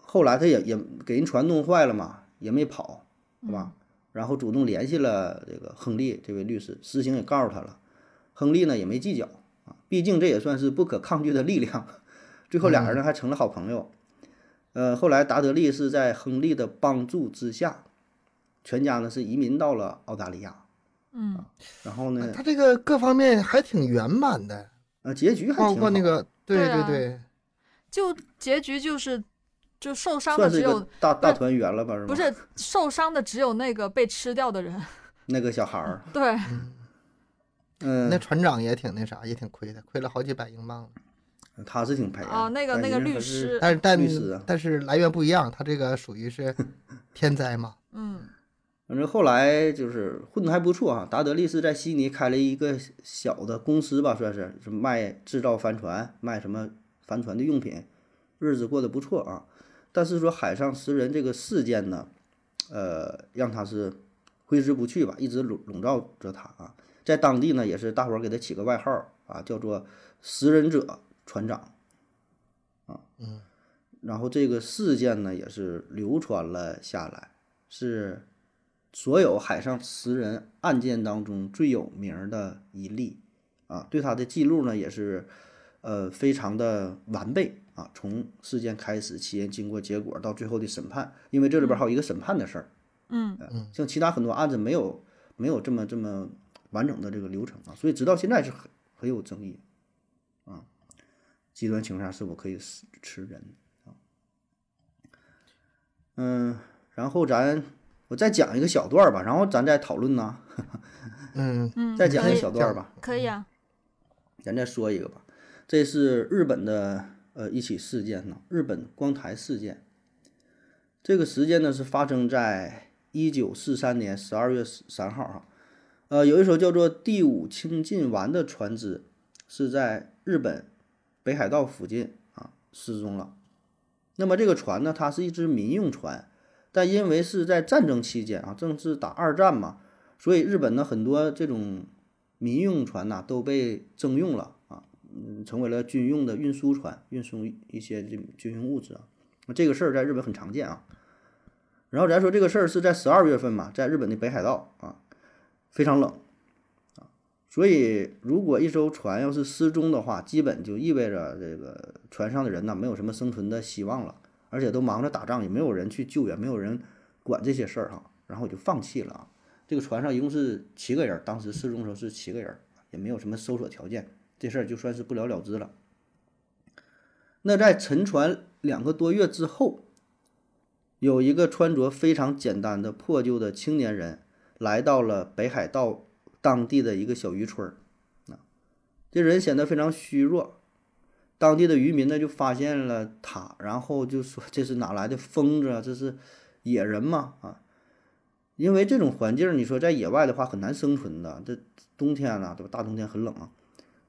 后来他也也给人船弄坏了嘛，也没跑，是
嗯
吧？然后主动联系了这个亨利这位律师，实情也告诉他了，亨利呢也没计较啊，毕竟这也算是不可抗拒的力量。 最后俩人呢还成了好朋友。呃，后来达德利是在亨利的帮助之下，全家呢是移民到了澳大利亚。
嗯
然后呢，
啊他这个各方面还挺圆满的，
呃，结局还
包
挺
括
好。
那个，对
对
对
啊
对，
就结局就是，就受伤的
算是
只
一个嗯
有
大大团圆了吧？是吧？
不是受伤的只有那个被吃掉的人，
那个小孩儿，
对，
嗯、
那船长也挺那啥，也挺亏的，亏了好几百英镑。
嗯他是挺赔的
啊，那个
但
那个
人家
律
还是
师，
但是但
律师啊
但是来源不一样，他这个属于是天灾嘛。
嗯
反正后来就是混得还不错啊。达德利是在悉尼开了一个小的公司吧，算是是卖制造帆船，卖什么帆船的用品，日子过得不错啊。但是说海上食人这个事件呢，呃，让他是挥之不去吧，一直笼笼罩着他啊。在当地呢，也是大伙儿给他起个外号儿啊，叫做“食人者船长”啊。
嗯。
然后这个事件呢，也是流传了下来，是所有海上食人案件当中最有名儿的一例啊。对他的记录呢，也是呃非常的完备啊，从事件开始、起因、经过、结果到最后的审判，因为这里边儿还有一个审判的事儿。
嗯，
像其他很多案子没有没有这么这么完整的这个流程啊，所以直到现在是很很有争议啊。极端情况下是否可以吃吃人啊？嗯，然后咱我再讲一个小段儿吧，然后咱再讨论呐、
嗯，
嗯
再讲
可
一
以
个小段儿吧，
可以啊，
咱再说一个吧。这是日本的呃一起事件呢，日本光台事件。这个时间呢是发生在一九四三年十二月三号哈，呃，有一艘叫做第五清近丸的船只是在日本北海道附近啊失踪了。那么这个船呢，它是一只民用船，但因为是在战争期间啊，正是打二战嘛，所以日本呢很多这种民用船呐、都被征用了啊，嗯，成为了军用的运输船，运输一些这军用物资啊。那这个事儿在日本很常见啊。然后咱说这个事儿是在十二月份嘛，在日本的北海道啊，非常冷啊，所以如果一艘船要是失踪的话，基本就意味着这个船上的人呐没有什么生存的希望了，而且都忙着打仗，也没有人去救援，没有人管这些事儿、哈，然后我就放弃了啊。这个船上一共是七个人，当时失踪的时候是七个人，也没有什么搜索条件，这事儿就算是不了了之了。那在沉船两个多月之后，有一个穿着非常简单的破旧的青年人来到了北海道当地的一个小渔村儿啊，这人显得非常虚弱。当地的渔民呢就发现了他，然后就说这是哪来的疯子啊？这是野人嘛啊！因为这种环境儿，你说在野外的话很难生存的。这冬天呐、对吧？大冬天很冷啊。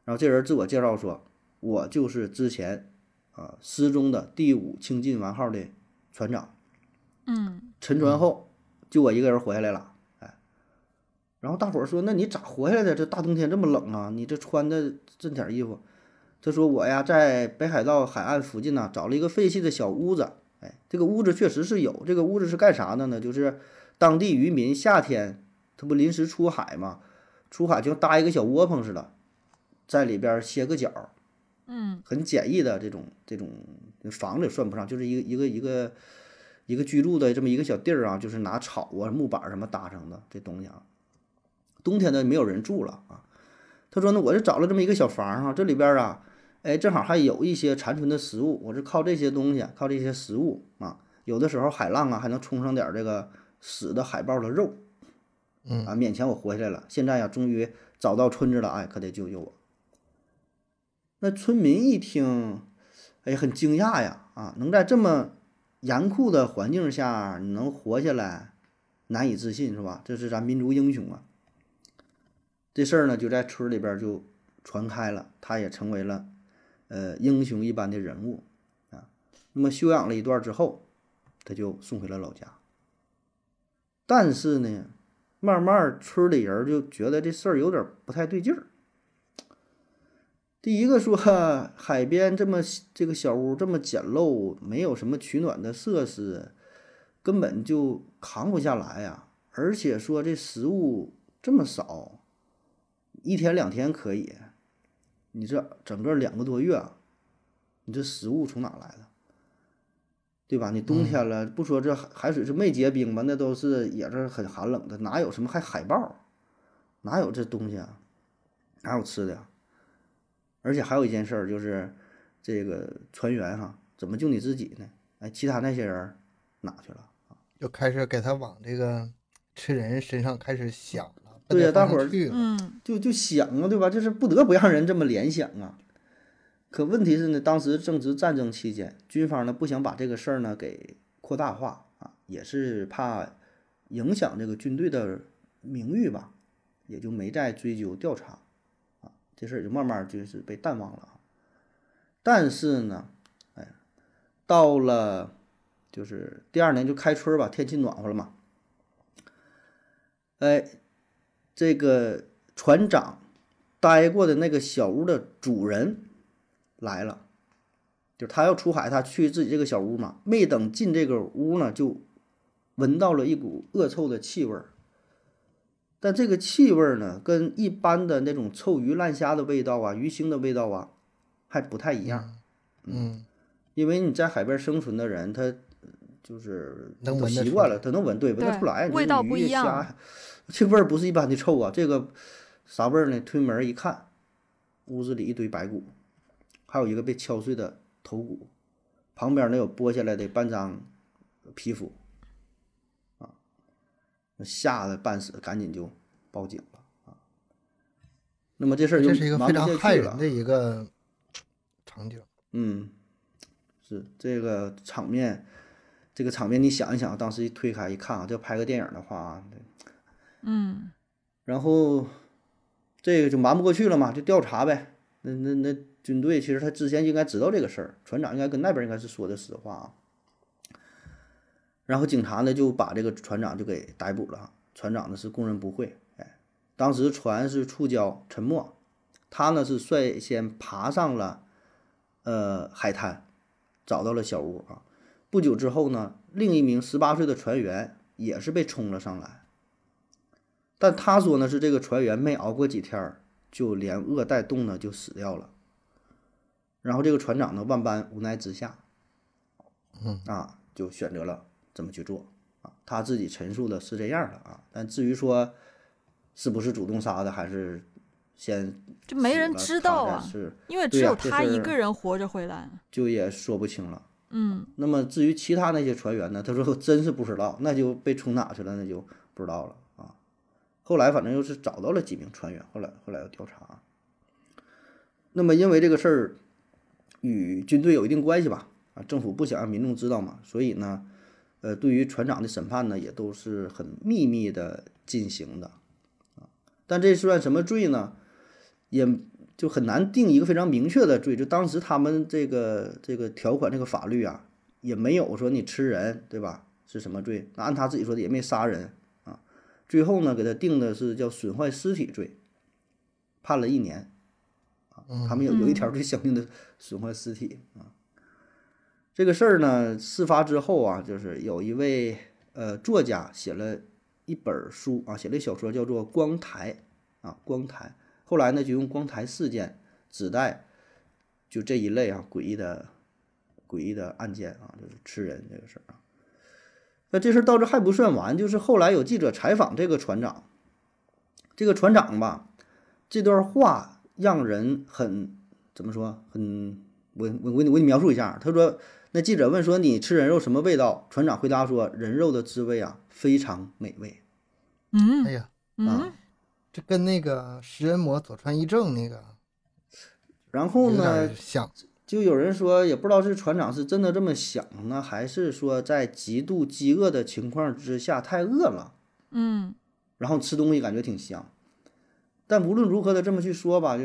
然后这人自我介绍说：“我就是之前啊失踪的第五清近丸号的船长。
嗯
沉船后，就我一个人活下来了。”哎，然后大伙儿说：“那你咋活下来的？这大冬天这么冷啊，你这穿的这点儿衣服。”他说：“我呀，在北海道海岸附近呢、找了一个废弃的小屋子。哎，这个屋子确实是有。这个屋子是干啥的呢？就是当地渔民夏天他不临时出海嘛，出海就搭一个小窝棚似的，在里边歇个脚，
嗯
很简易的这种这种房子也算不上，就是一个一个一个一个居住的这么一个小地儿啊，就是拿草啊、木板什么搭成的这东西啊。冬天呢没有人住了啊。他说呢，我就找了这么一个小房啊，这里边啊，哎，正好还有一些残存的食物，我是靠这些东西，靠这些食物啊，有的时候海浪啊还能冲上点儿这个死的海豹的肉，
嗯
啊，勉强我活下来了。现在呀、终于找到村子了，哎，可得救救我。那村民一听，哎，很惊讶呀，啊，能在这么严酷的环境下你能活下来，难以置信是吧？这是咱民族英雄啊。这事儿呢，就在村里边儿就传开了，他也成为了，呃英雄一般的人物啊。那么休养了一段之后，他就送回了老家。但是呢，慢慢村里人就觉得这事儿有点不太对劲儿。第一个说，海边这么这个小屋这么简陋，没有什么取暖的设施，根本就扛不下来呀、而且说这食物这么少，一天两天可以，你这整个两个多月啊，你这食物从哪来的？对吧？你冬天了，不说这海海水是没结冰吧？那都是也是很寒冷的，哪有什么还海豹？哪有这东西啊？哪有吃的、呀？而且还有一件事儿，就是这个船员哈，怎么就你自己呢？哎，其他那些人儿哪去了？
就开始给他往这个吃人身上开始想了。
对呀
奔着
大
方向
伙儿
去了
嗯，
就就想啊，对吧？就是不得不让人这么联想啊。可问题是呢，当时正值战争期间，军方呢不想把这个事儿呢给扩大化啊，也是怕影响这个军队的名誉吧，也就没再追究调查啊，这事儿也就慢慢就是被淡忘了啊。但是呢，哎，到了就是第二年就开春儿吧，天气暖和了嘛，哎，这个船长待过的那个小屋的主人来了，就是他要出海，他去自己这个小屋嘛，没等进这个屋呢，就闻到了一股恶臭的气味儿。但这个气味儿呢，跟一般的那种臭鱼烂虾的味道啊、鱼腥的味道啊，还不太一样。
嗯，
因为你在海边生存的人，他呃就是
能
都
闻得
习
出
惯
来
了，他能闻，对，闻得
对
出来。你
味
这
道
鱼
不一样
虾，这味儿不是一般的臭啊！这个啥味儿呢？推门一看，屋子里一堆白骨，还有一个被敲碎的头骨，旁边呢有剥下来的半张皮肤，啊，吓得半死，赶紧就报警了啊。那么这事儿就
这是一个
瞒
非
嗯不
常
下去
骇
了
人的一个场景。
嗯，是这个场面，这个场面你想一想，当时一推开一看啊，这要拍个电影的话啊，
嗯，
然后这个就瞒不过去了嘛，就调查呗。那那那军队其实他之前应该知道这个事儿，船长应该跟那边应该是说的实话啊。然后警察呢就把这个船长就给逮捕了啊，船长呢是供认不讳。哎，当时船是触礁沉没，他呢是率先爬上了呃海滩，找到了小屋啊。不久之后呢，另一名十八岁的船员也是被冲了上来。但他说呢是这个船员没熬过几天儿，就连饿带冻呢就死掉了。然后这个船长呢万般无奈之下，嗯啊，就选择了这么去做啊。他自己陈述的是这样的啊，但至于说是不是主动杀的，还是先
就没人
死了
知道
躺
啊
下，是
因为
对
只
呀
有
这
他一
是
个人活着回来。啊
就也说不清了。
嗯，
那么至于其他那些船员呢，他说我真是不知道，那就被冲哪去了，那就不知道了啊。后来反正又是找到了几名船员，后来后来又调查。那么因为这个事儿与军队有一定关系吧，啊，政府不想让民众知道嘛，所以呢，呃，对于船长的审判呢，也都是很秘密的进行的啊。但这算什么罪呢？也就很难定一个非常明确的罪。就当时他们这个这个条款这个法律啊，也没有说你吃人，对吧？是什么罪？那按他自己说的也没杀人啊。最后呢，给他定的是叫损坏尸体罪，判了一年。啊，他们有有一条最相应的损坏尸体啊。这个事儿呢，事发之后啊，就是有一位呃作家写了一本儿书啊，写了一小说叫做《光台》啊，《光台》。后来呢，就用光台事件指代就这一类啊诡异的诡异的案件啊，就是吃人这个事儿啊。那这事儿到这还不算完，就是后来有记者采访这个船长，这个船长吧，这段话让人很怎么说？很我我我给你我给你描述一下，他说。那记者问说：“你吃人肉什么味道？”船长回答说：“人肉的滋味啊，非常美味。
嗯
哎呀，
嗯
啊，
这跟那个食人魔佐川一正那个”
然后
有
呢
点，像。
就有人说，也不知道是船长是真的这么想呢，还是说在极度饥饿的情况之下太饿了，
嗯，
然后吃东西感觉挺香。但无论如何的这么去说吧，就，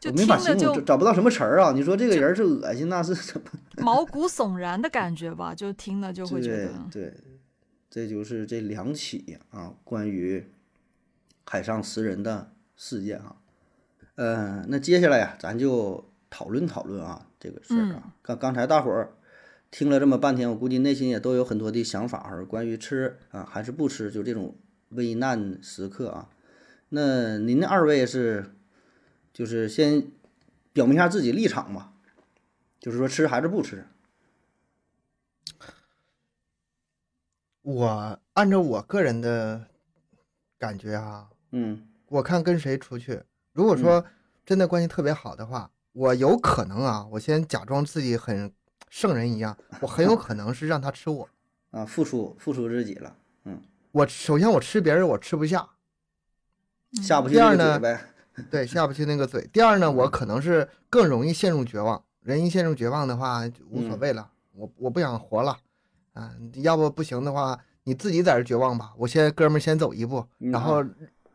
就
我没
听
法
着
形容，找
就
找不到什么词儿啊！你说这个人是恶心，那是什么？
毛骨悚然的感觉吧，就听了就会觉
对
得，啊
对，这就是这两起啊，关于海上食人的事件啊。呃，那接下来呀、咱就讨论讨论啊这个事儿
嗯
啊。刚、刚才大伙儿听了这么半天，我估计内心也都有很多的想法儿，关于吃啊还是不吃，就这种危难时刻啊。那您那二位是就是先表明一下自己立场吧，就是说吃还是不吃？
我按照我个人的感觉啊，
嗯
我看跟谁出去。如果说真的关系特别好的话，我有可能啊，我先假装自己很圣人一样，我很 有可能是让他吃我。
啊，付出付出自己了。
我首先我吃别人我吃不下，
嗯
下不去
第
这
二
个嘴
呢
呗。
对，下不去那个嘴。第二呢，我
嗯
可能是更容易陷入绝望。人一陷入绝望的话，就无所
嗯
谓了，我我不想活了啊！要不不行的话，你自己在这绝望吧。我先哥们儿先走一步，
嗯
然后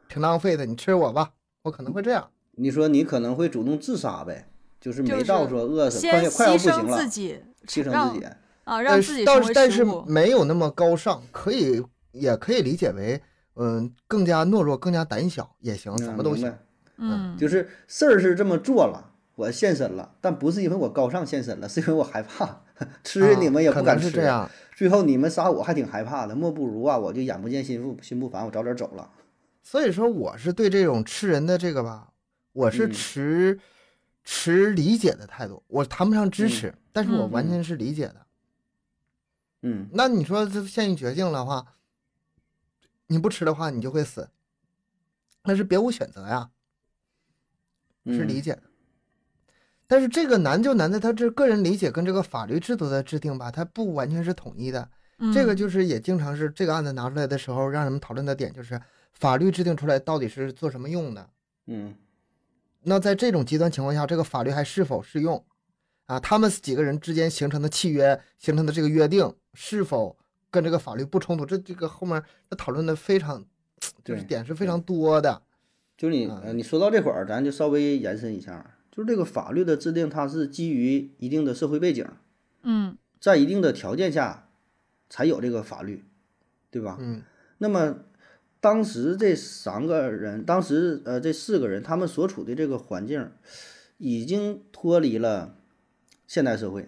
挺浪费的，你吃我吧。我可能会这样。
你说你可能会主动自杀呗，就是
就
没
是
到说饿死，快
先
要快要不
牺
行
牲
了
自，己
牺牲
让
自己。
嗯
啊，让
但
自己
是
成
但是
为
但
食
是
物。
没有那么高尚，可以也可以理解为，嗯，更加懦弱，更加胆小也行，
嗯
什么都
明
行。
白
嗯，
就是事儿是这么做了，我献身了，但不是因为我高尚献身了，是因为我害怕， 吃
啊
你们也
可
不
能
敢
是
吃。
这样。
最后你们杀我还挺害怕的，莫不如啊，我就眼不见心不心不烦，我早点走了。
所以说，我是对这种吃人的这个吧，我是
嗯
持、持理解的态度，我谈不上支持，但是我
嗯
完全是理解的。
嗯，
那你说这陷入绝境的话，你不吃的话，你就会死，那是别无选择呀，是
嗯
理解的。但是这个难就难在他这个人理解跟这个法律制度的制定吧，它不完全是统一的。这个
嗯
就是也经常是这个案子拿出来的时候，让人们讨论的点就是法律制定出来到底是做什么用的。
嗯
那在这种极端情况下，这个法律还是否适用？啊，他们几个人之间形成的契约、形成的这个约定，是否跟这个法律不冲突？这这个后面这讨论的非常，就是
对
点是非常多的。
就是你
啊
呃，你说到这会儿，咱就稍微延伸一下，就是这个法律的制定，它是基于一定的社会背景，
嗯
在一定的条件下才有这个法律，对吧？
嗯，
那么当时这三个人，当时呃这四个人，他们所处的这个环境已经脱离了现代社会，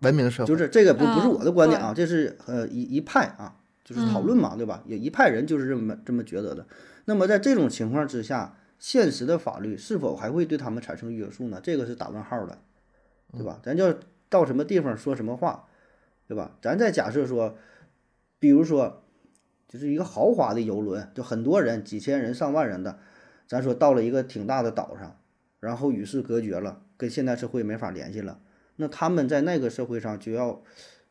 文明社会
啊就是这个不
嗯
不是我的观点啊，这是呃一一派啊，就是讨论嘛，对吧？有一派人就是这么这么觉得的。那么在这种情况之下，现实的法律是否还会对他们产生约束呢？这个是打问号的，对吧？咱就要到什么地方说什么话，对吧？咱再假设说，比如说，就是一个豪华的游轮，就很多人，几千人、上万人的，咱说到了一个挺大的岛上，然后与世隔绝了，跟现代社会没法联系了。那他们在那个社会上就要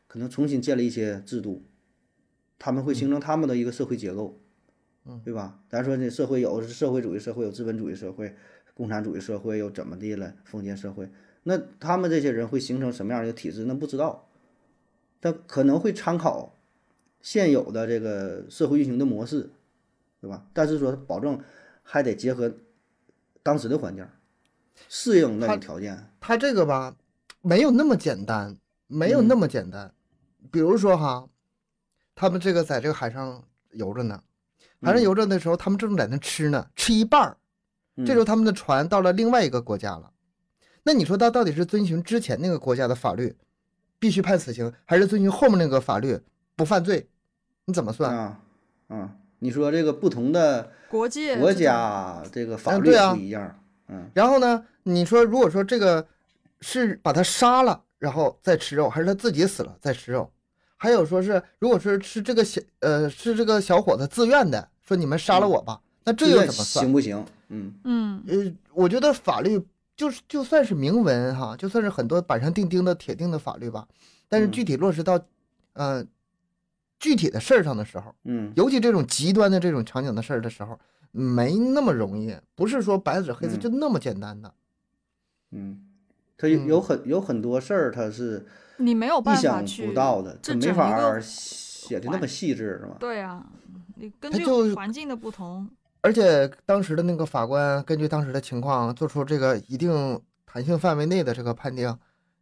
可能重新建立一些制度，他们会
嗯
形成他们的一个社会结构，嗯，对吧？咱说这社会有社会主义社会，有资本主义社会，共产主义社会，又怎么地了？封建社会，那他们这些人会形成什么样的一个体制？那不知道，但可能会参考现有的这个社会运行的模式，对吧？但是说保证还得结合当时的环境，适应那
他
种条件，
他这个吧，没有那么简单，没有
嗯
那么简单。比如说哈，他们这个在这个海上游着呢，海上
嗯
游着的时候，他们正在那吃呢，吃一半儿，这
嗯
时候他们的船到了另外一个国家了。那你说他到底是遵循之前那个国家的法律，必须判死刑，还是遵循后面那个法律不犯罪？你怎么算？
啊啊，你说这个不同的
国界
国
这种
家这个法
嗯
律
对啊
不一样，嗯
然后呢，你说如果说这个是把他杀了，然后再吃肉，还是他自己死了再吃肉？还有说是，如果说是这个小呃是这个小伙子自愿的，说你们杀了我吧，那这又
个
怎么算
行？不行？嗯
嗯
呃，我觉得法律就是就算是明文哈，就算是很多板上钉钉的铁定的法律吧，但是
嗯
具体落实到，呃，具体的事儿上的时候，
嗯
尤其这种极端的这种场景的事儿的时候，没那么容易，不是说白纸黑字
嗯
就那么简单的。
嗯，它有
嗯
有很有很多事儿，它是
你没有
意
办法
想
去
不到的，它
这
没
整一
法
个
儿写的那么细致，是吧？
对啊，你根
他
据
就
环境的不同，
而且当时的那个法官根据当时的情况做出这个一定弹性范围内的这个判定，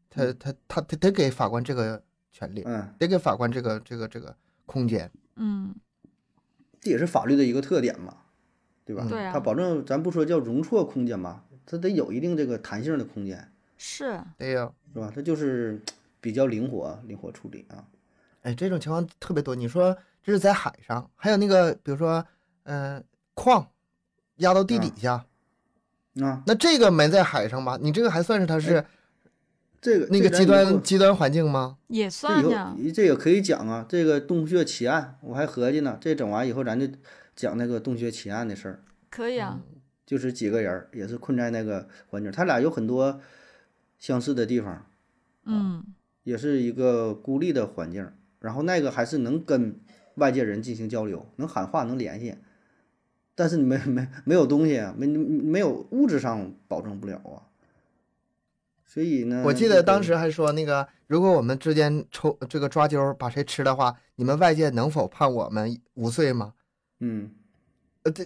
他他他他得给法官这个权利，
嗯，
得给法官这个这个这个空间。
嗯，
这也是法律的一个特点嘛，对吧？
对啊
它保证咱不说叫容错空间吧，它得有一定这个弹性的空间，
是，
对呀，
是吧？它就是比较灵活，灵活处理啊。
哎，这种情况特别多。你说这是在海上，还有那个比如说，嗯、矿压到地
嗯
底下，
啊，
那这个没在海上吧？你这个还算是它是
这个嗯
那个
哎这咱
极
以后
端极端环境吗？
也
这以
算呀
后，这也可以讲啊，这个洞穴奇案，我还合计呢，这整完以后咱就讲那个洞穴奇案的事儿，
可以啊，
就是几个人儿也是困在那个环境儿，他俩有很多相似的地方，
嗯，
也是一个孤立的环境儿，然后那个还是能跟外界人进行交流，能喊话，能联系，但是你没没没有东西啊，没没有物质上保证不了啊，所以呢，
我记
这
得
个
当时还说那个，如果我们之间抽这个抓阄把谁吃的话，你们外界能否判我们无罪吗？
嗯，
这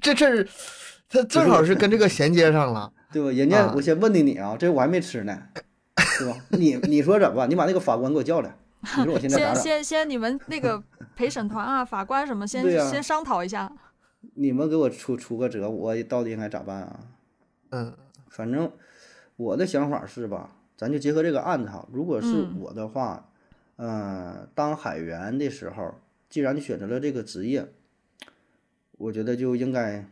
这事儿，它正好是跟这个衔接上了。
对吧？人家
啊
我先问的你啊，这我还没吃呢，对吧？你你说怎么办？你把那个法官给我叫来，你说我现在咋
嗯
整？
先先先你们那个陪审团啊、法官什么，先
对呀
先商讨一下，
你们给我出出个辙，我到底应该咋办啊？
嗯，
反正我的想法是吧，咱就结合这个案子哈，如果是
嗯
我的话，呃，当海员的时候，既然你选择了这个职业，我觉得就应该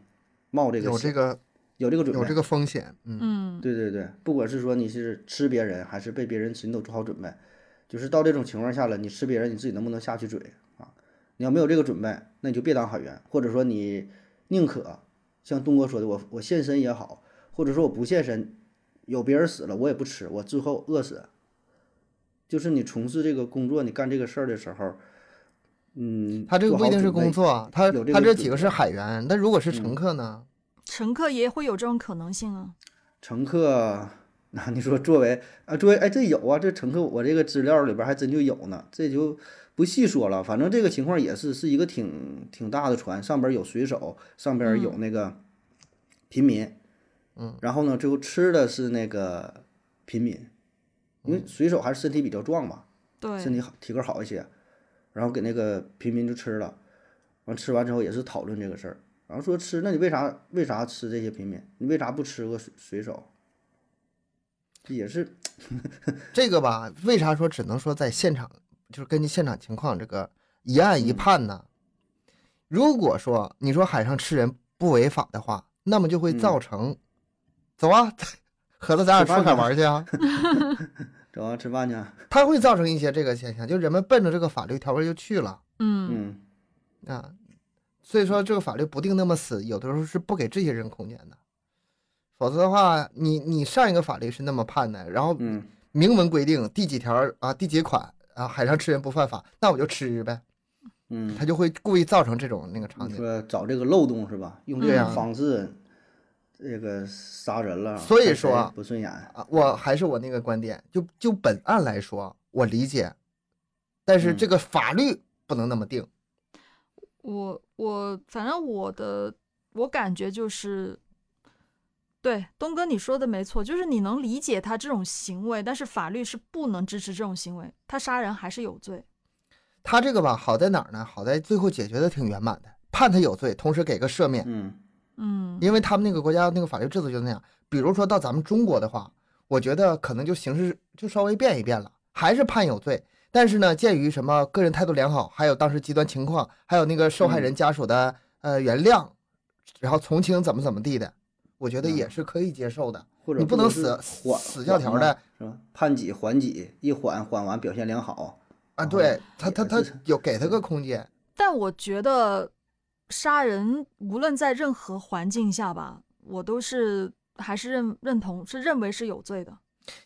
冒这个
有这
险
个
有这个准备，
有这个风险，嗯，
嗯，
对对对，不管是说你是吃别人还是被别人吃，你都做好准备。就是到这种情况下了，你吃别人，你自己能不能下去嘴啊？你要没有这个准备，那你就别当海员，或者说你宁可像东哥说的，我我献身也好，或者说我不献身，有别人死了我也不吃，我最后饿死。就是你从事这个工作，你干这个事儿的时候，嗯，
他这个
做
不一
好
定是
准备
工，作啊，他
有这
他
个
这
准
几个
备嗯
是海员，那如果是乘客呢？
乘客也会有这种可能性啊，
嗯乘客， 那、你说作为啊，作为哎，这有啊，这乘客我这个资料里边还真就有呢，这就不细说了。反正这个情况也是是一个挺挺大的船，上边有水手，上边有那个平民，嗯，然后呢，最后吃的是那个平民，因为水手还是身体比较壮嘛，身
对，
体好体格好一些，然后给那个平民就吃了，完吃完之后也是讨论这个事儿，然后说吃，那你为啥为啥吃这些平民？你为啥不吃个水水手？这也是
这个吧，为啥说只能说在现场，就是根据现场情况这个一案
嗯
一判呢？如果说你说海上吃人不违法的话，那么就会造成，走啊，合着咱俩
嗯吃饭
出海
去
玩去啊，
走啊吃饭去啊，
它会造成一些这个现象，就人们奔着这个法律条文就去了
嗯，
嗯，
啊，所以说这个法律不定那么死，有的时候是不给这些人空间的，否则的话，你你上一个法律是那么判的，然后
嗯
明文规定第几条儿啊，第几款啊，海上吃人不犯法，那我就吃呗，
嗯，
他就会故意造成这种那个场
你
景。
说找这个漏洞是吧？用这
对
种
啊
方式，这个杀人了，
所以
看谁
说
不顺眼，
啊，我还是我那个观点，就就本案来说，我理解，但是
嗯
这个法律不能那么定。
我我反正我的我感觉就是，对东哥你说的没错，就是你能理解他这种行为，但是法律是不能支持这种行为，他杀人还是有罪。
他这个吧，好在哪儿呢？好在最后解决的挺圆满的，判他有罪，同时给个赦免，
嗯
嗯，
因为他们那个国家那个法律制度就那样。比如说到咱们中国的话，我觉得可能就形式就稍微变一变了，还是判有罪。但是呢，鉴于什么个人态度良好，还有当时极端情况，还有那个受害
嗯
人家属的、呃原谅，然后从轻怎么怎么地的，我觉得
嗯
也是可以接受的。
或者
你不能
是
死
缓
死教条
缓
的
嘛是吧？判几缓几，一缓缓完表现良好，
啊，
哦
对他他
也
他
是
有给他个空间，
但我觉得杀人无论在任何环境下吧，我都是还是认认同是认为是有罪的。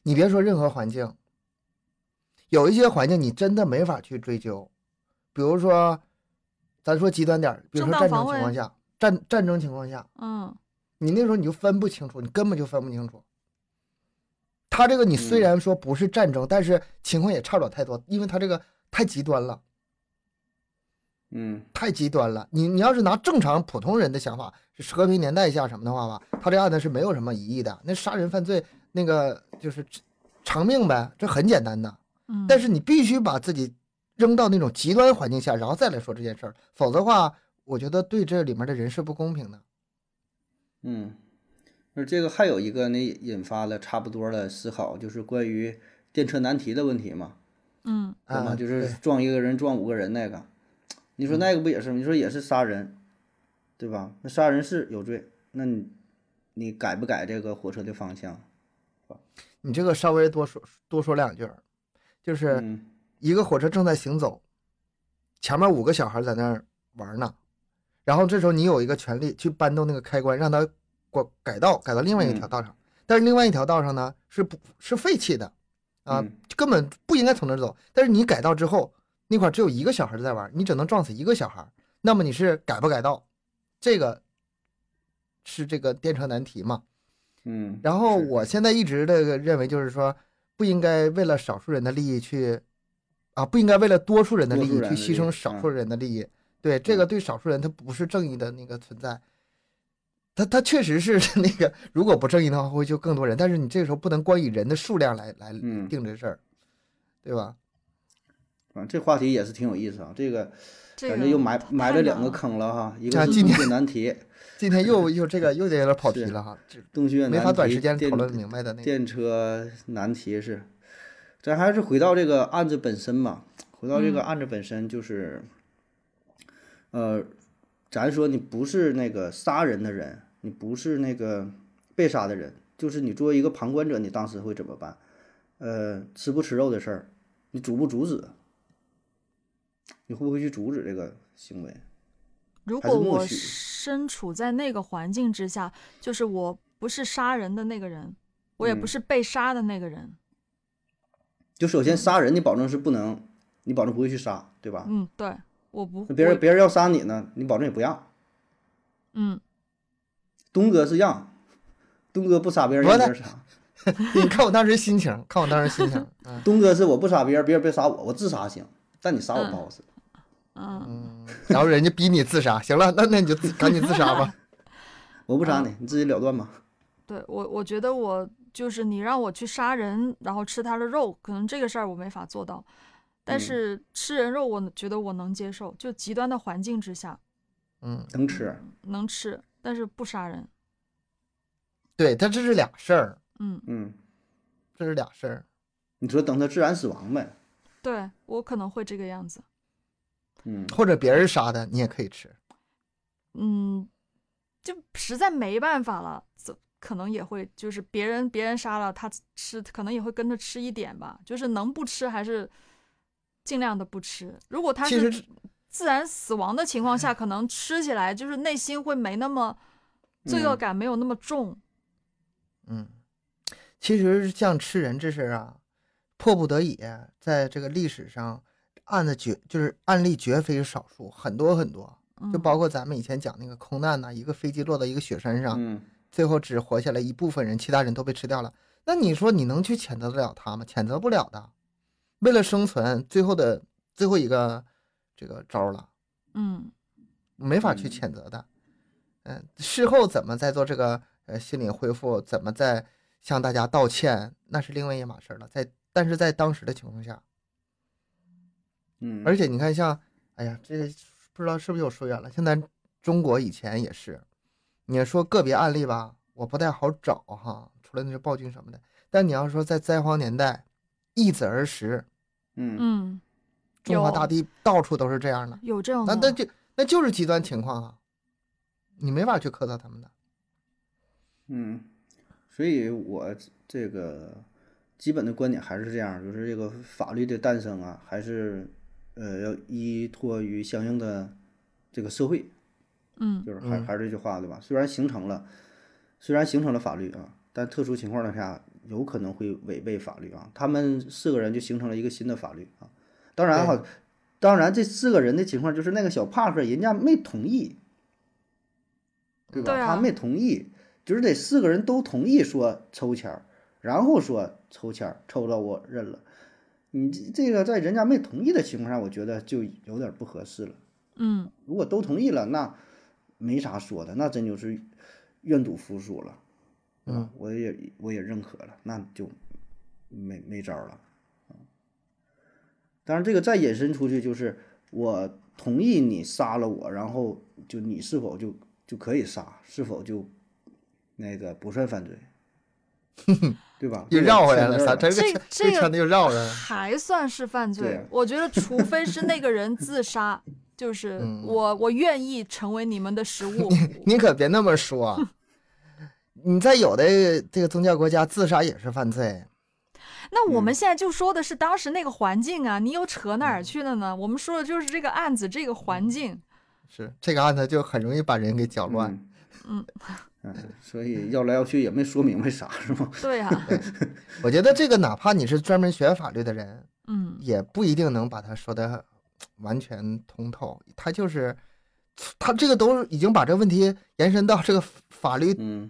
你别说任何环境，有一些环境你真的没法去追究，比如说，咱说极端点儿，比如
正
说
当
战
防
争情况
卫
下，战战争情况下，
嗯
你那时候你就分不清楚，你根本就分不清楚。他这个你虽
嗯
然说不是战争，但是情况也差不了太多，因为他这个太极端了。
嗯
太极端了。你你要是拿正常普通人的想法，是和平年代下什么的话吧，他这案子是没有什么疑义的。那杀人犯罪那个就是偿命呗，这很简单的。
嗯，
但是你必须把自己扔到那种极端环境下，然后再来说这件事儿，否则的话，我觉得对这里面的人是不公平的。
嗯，而这个还有一个呢，引发了差不多的思考，就是关于电车难题的问题嘛，
嗯
对吗？
啊，
就是
对嗯
撞一个人撞五个人那个，你说那个不也是吗？你说也是杀人，对吧？那杀人是有罪，那你你改不改这个火车的方向？
你这个稍微多说多说两句儿，就是
嗯
一个火车正在行走，前面五个小孩在那儿玩呢，然后这时候你有一个权利去搬动那个开关，让它过改道，改到另外一条
嗯
道上。但是另外一条道上呢是不是废弃的啊，
嗯
根本不应该从那儿走。但是你改道之后，那块儿只有一个小孩在玩，你只能撞死一个小孩。那么你是改不改道？这个是这个电车难题嘛？
嗯，
然后
是
我现在一直这个认为，就是说不应该为了少数人的利益去，啊，不应该为了多数人的
多
利益
数人
去
的
牺
利益嗯
牲少数人的利益。对，这个对少数人他不是正义的那个存在，他他确实是 那个，如果不正义的话会救更多人，但是你这个时候不能光以人的数量来来
嗯
定这事儿，对吧？
啊，这话题也是挺有意思啊，这个
这
感
个
觉又埋
太
埋着
难
两个
了，
坑了哈，一
啊
个是
今
洞
天
穴难题，
今天又又这个又有点跑题
是
了哈，这
洞穴
没
难
法
题，
短时间
电
讨论明白的那个。
电车难题是，咱还是回到这个案子本身吧。回到
嗯
这个案子本身，就是，呃，咱说你不是那个杀人的人，你不是那个被杀的人，就是你作为一个旁观者，你当时会怎么办？呃，吃不吃肉的事儿，你阻不阻止？你会不会去阻止这个行为？
如
还
果
是默
我
许
身处在那个环境之下，就是我不是杀人的那个人，我也
嗯
不是被杀的那个人，
就首
嗯
先杀人，你保证是不能，你保证不会去杀，对吧？
嗯，对，我不，
啊那别人
我
别人要杀你呢，你保证也不让。
嗯，
东哥是让，东哥不杀别人，
不
让
是
别人杀。
你 看我当时心情，看我当时心情，嗯
东哥是我不杀别人，别人别杀我，我自杀行，但你杀我不好使。
嗯，
嗯， 然后人家逼你自杀，行了，那那你就自赶紧自杀吧。
我不杀你，
嗯
你自己了断吧。
对我，我觉得我就是你让我去杀人，然后吃他的肉，可能这个事儿我没法做到，但
嗯
是吃人肉，我觉得我能接受，就极端的环境之下
嗯，
能吃，
能吃，但是不杀人，
对，他这是俩事儿，
嗯，
嗯，
这是俩事儿。
你说等他自然死亡呗，
对我可能会这个样子，
嗯，
或者别人杀的，你也可以吃。
嗯，就实在没办法了，怎可能也会就是别人别人杀了他吃，可能也会跟着吃一点吧，就是能不吃还是尽量的不吃。如果他
其
是
实
自然死亡的情况下，可能吃起来就是内心会没那么罪恶
嗯
感没有那么重，
嗯，其实像吃人这事儿啊，迫不得已，在这个历史上案子绝就是案例绝非少数，很多很多，
嗯，
就包括咱们以前讲那个空难呐、一个飞机落到一个雪山上，
嗯，
最后只活下来一部分人，其他人都被吃掉了。那你说你能去谴责得了他吗？谴责不了的。为了生存，最后的最后一个这个招儿了，
嗯
没法去
嗯
谴责的。嗯、事后怎么再做这个呃心理恢复，怎么再向大家道歉，那是另外一码事儿了。在但是在当时的情况下，
嗯，
而且你看像，哎呀，这不知道是不是又说远了。像咱中国以前也是，你说个别案例吧，我不太好找哈，除了那些暴君什么的。但你要说在灾荒年代，易子而食，
嗯
嗯，
中华
有嗯
大地到处都是这样的，
有这样
那
的
那就那就是极端情况啊，你没法去苛责他们的。
嗯，所以我这个基本的观点还是这样，就是这个法律的诞生啊，还是呃要依托于相应的这个社会，
嗯
就是还
嗯
还是这句话对吧？虽然形成了，虽然形成了法律啊，但特殊情况下有可能会违背法律啊。他们四个人就形成了一个新的法律啊。当然哈，当然这四个人的情况就是那个小帕克人家没同意，对吧？
对啊
他没同意，就是得四个人都同意说抽签儿，然后说抽签儿，抽到我认了。你这这个在人家没同意的情况下，我觉得就有点不合适了。
嗯
如果都同意了，那没啥说的，那真就是愿赌服输了。对吧
嗯，
我也我也认可了，那就没没招儿了。啊当然，这个再引申出去就是，我同意你杀了我，然后就你是否就就可以杀，是否就那个不算犯罪，对吧？
又绕回来了，
这
啥？
个
这
这
个
这
这
个
圈子又绕 了。
还算是犯
对
罪
啊。
我觉得，除非是那个人自杀，就是
嗯
我我愿意成为你们的 食物。
你可别那么说 啊，你在有的这个宗教国家自杀也是犯罪。
那我们
嗯
现在就说的是当时那个环境啊，你又扯哪儿去了呢？我们说的就是这个案子，这个环境。
是这个案子就很容易把人给搅乱。
嗯
嗯
嗯，所以要来要去也没说明白啥，是吗？
对啊，
我觉得这个哪怕你是专门学法律的人，
嗯
也不一定能把它说的完全通透。他就是他这个都已经把这个问题延伸到这个法律
嗯，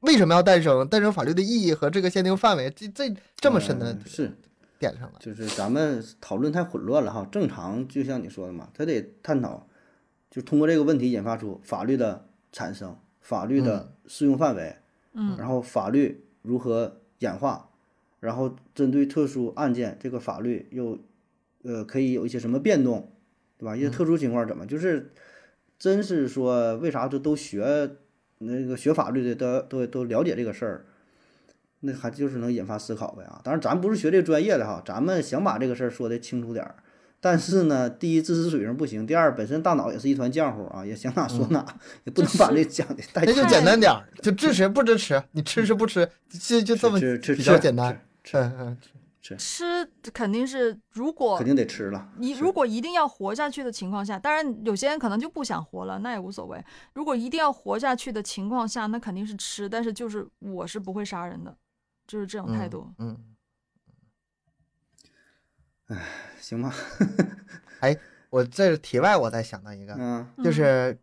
为什么要诞生，诞生法律的意义和这个限定范围，这这这么深的
呃是
点上了。
就是咱们讨论太混乱了哈。正常就像你说的嘛，他得探讨，就通过这个问题引发出法律的产生、法律的适用范围，
嗯
然后法律如何演化，然后针对特殊案件，这个法律又呃可以有一些什么变动，对吧？一些特殊情况怎么就是，真是说为啥就都学那个学法律的都都都了解这个事儿，那还就是能引发思考呗啊。当然，咱不是学这专业的哈，咱们想把这个事儿说的清楚点儿。但是呢，第一知识水平不行，第二本身大脑也是一团浆糊啊，也想哪
嗯
说哪，也不能把这讲的太
那就
清
简单点儿，就支持不支持，你吃是不吃，就就这么
吃吃
比较
吃
简单。
吃
嗯嗯，
吃肯定是，如果
肯定得吃了。
你如果一定要活下去的情况下，当然有些人可能就不想活了，那也无所谓。如果一定要活下去的情况下，那肯定是吃，但是就是我是不会杀人的，就是这种态度。
嗯，
行吧，
我这题外我再想到一个，
嗯
就是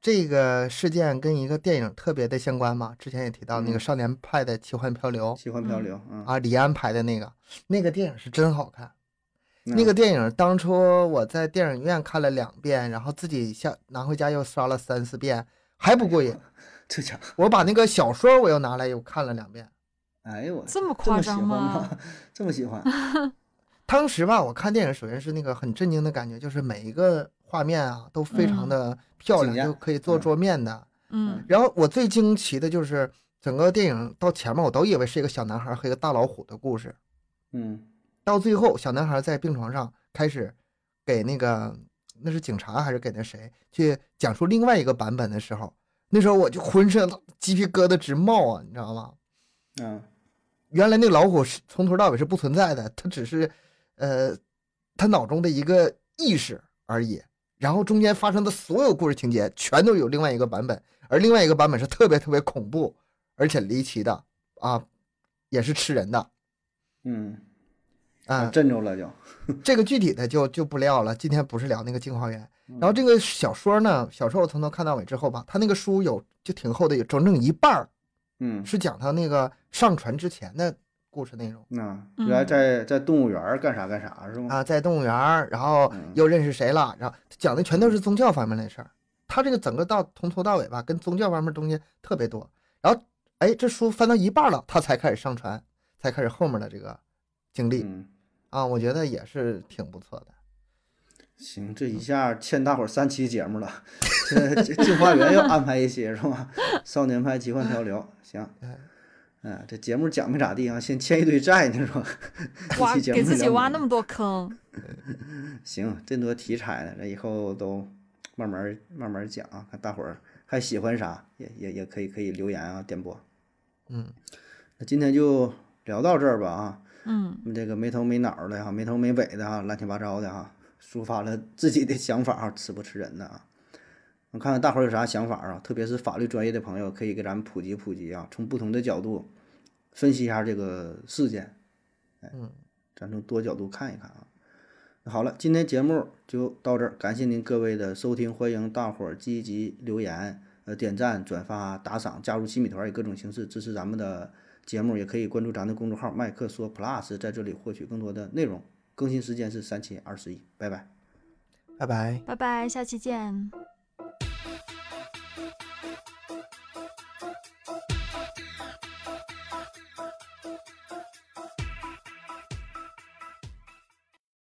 这个事件跟一个电影特别的相关嘛，之前也提到那个
嗯
少年派的奇幻漂流
喜欢漂流，嗯，
啊，李安拍的那个，那个电影是真好看。那
嗯
个电影当初我在电影院看了两遍，然后自己下拿回家又刷了三四遍，还不
哎
过瘾。
这家伙，
我把那个小说我又拿来又看了两遍。
哎呦我
这么夸
么喜
张
欢
吗？？
这么喜 欢，
当时吧，我看电影首先是那个很震惊的感觉，就是每一个画面啊都非常
嗯
的漂
惊艳
亮，就可以做
嗯
桌面的。
嗯
然后我最惊奇的就是整个电影到前面，我都以为是一个小男孩和一个大老虎的故事，
嗯
到最后小男孩在病床上开始给那个那是警察还是给那谁去讲述另外一个版本的时候，那时候我就浑身鸡皮疙瘩直冒啊，你知道吗？
嗯
原来那老虎是从头到尾是不存在的，它只是，呃，他脑中的一个意识而已。然后中间发生的所有故事情节全都有另外一个版本，而另外一个版本是特别特别恐怖而且离奇的啊，也是吃人的
嗯，
啊。
震着了就，
这个具体的就就不聊了，今天不是聊那个镜花缘。然后这个小说呢，小说我从头看到尾之后吧，它那个书有就挺厚的，有整整一半儿
嗯，
是讲他那个上船之前的故事内容。
那啊原来在在动物园儿干啥干啥是吗？
啊，在动物园儿，然后
嗯
又认识谁了，然后讲的全都是宗教方面的事儿。他这个整个到从头到尾吧，跟宗教方面东西特别多。然后，哎，这书翻到一半儿了，他才开始上传，才开始后面的这个经历
嗯，
啊，我觉得也是挺不错的。
行，这一下欠大伙儿三期节目了， 这这镜花缘要安排一些是吧？少年派奇幻漂流，行。
哎
嗯，这节目讲没咋地啊，先欠一堆债呢是吧？
挖
一期节目
给自己
聊不
挖
完
那么多坑，
行，这么多题材呢，那以后都慢慢儿慢慢儿讲啊，看大伙儿还喜欢啥，也也也可以可以留言啊，点播。
嗯，
那今天就聊到这儿吧啊，
嗯，
这个没头没脑儿的哈、没头没尾的哈、乱七八糟的哈、抒发了自己的想法啊，吃不吃人的啊。我看看大伙儿有啥想法啊，特别是法律专业的朋友，可以给咱们普及普及啊，从不同的角度分析一下这个事件。哎，
嗯
咱从多角度看一看啊。那好了，今天节目就到这儿，感谢您各位的收听，欢迎大伙儿积极留言、呃点赞、转发、打赏，加入新米团，以各种形式支持咱们的节目，也可以关注咱的公众号“麦克说 Plus”，在这里获取更多的内容。更新时间是三七二十一，拜拜。
拜拜。
拜拜，下期见。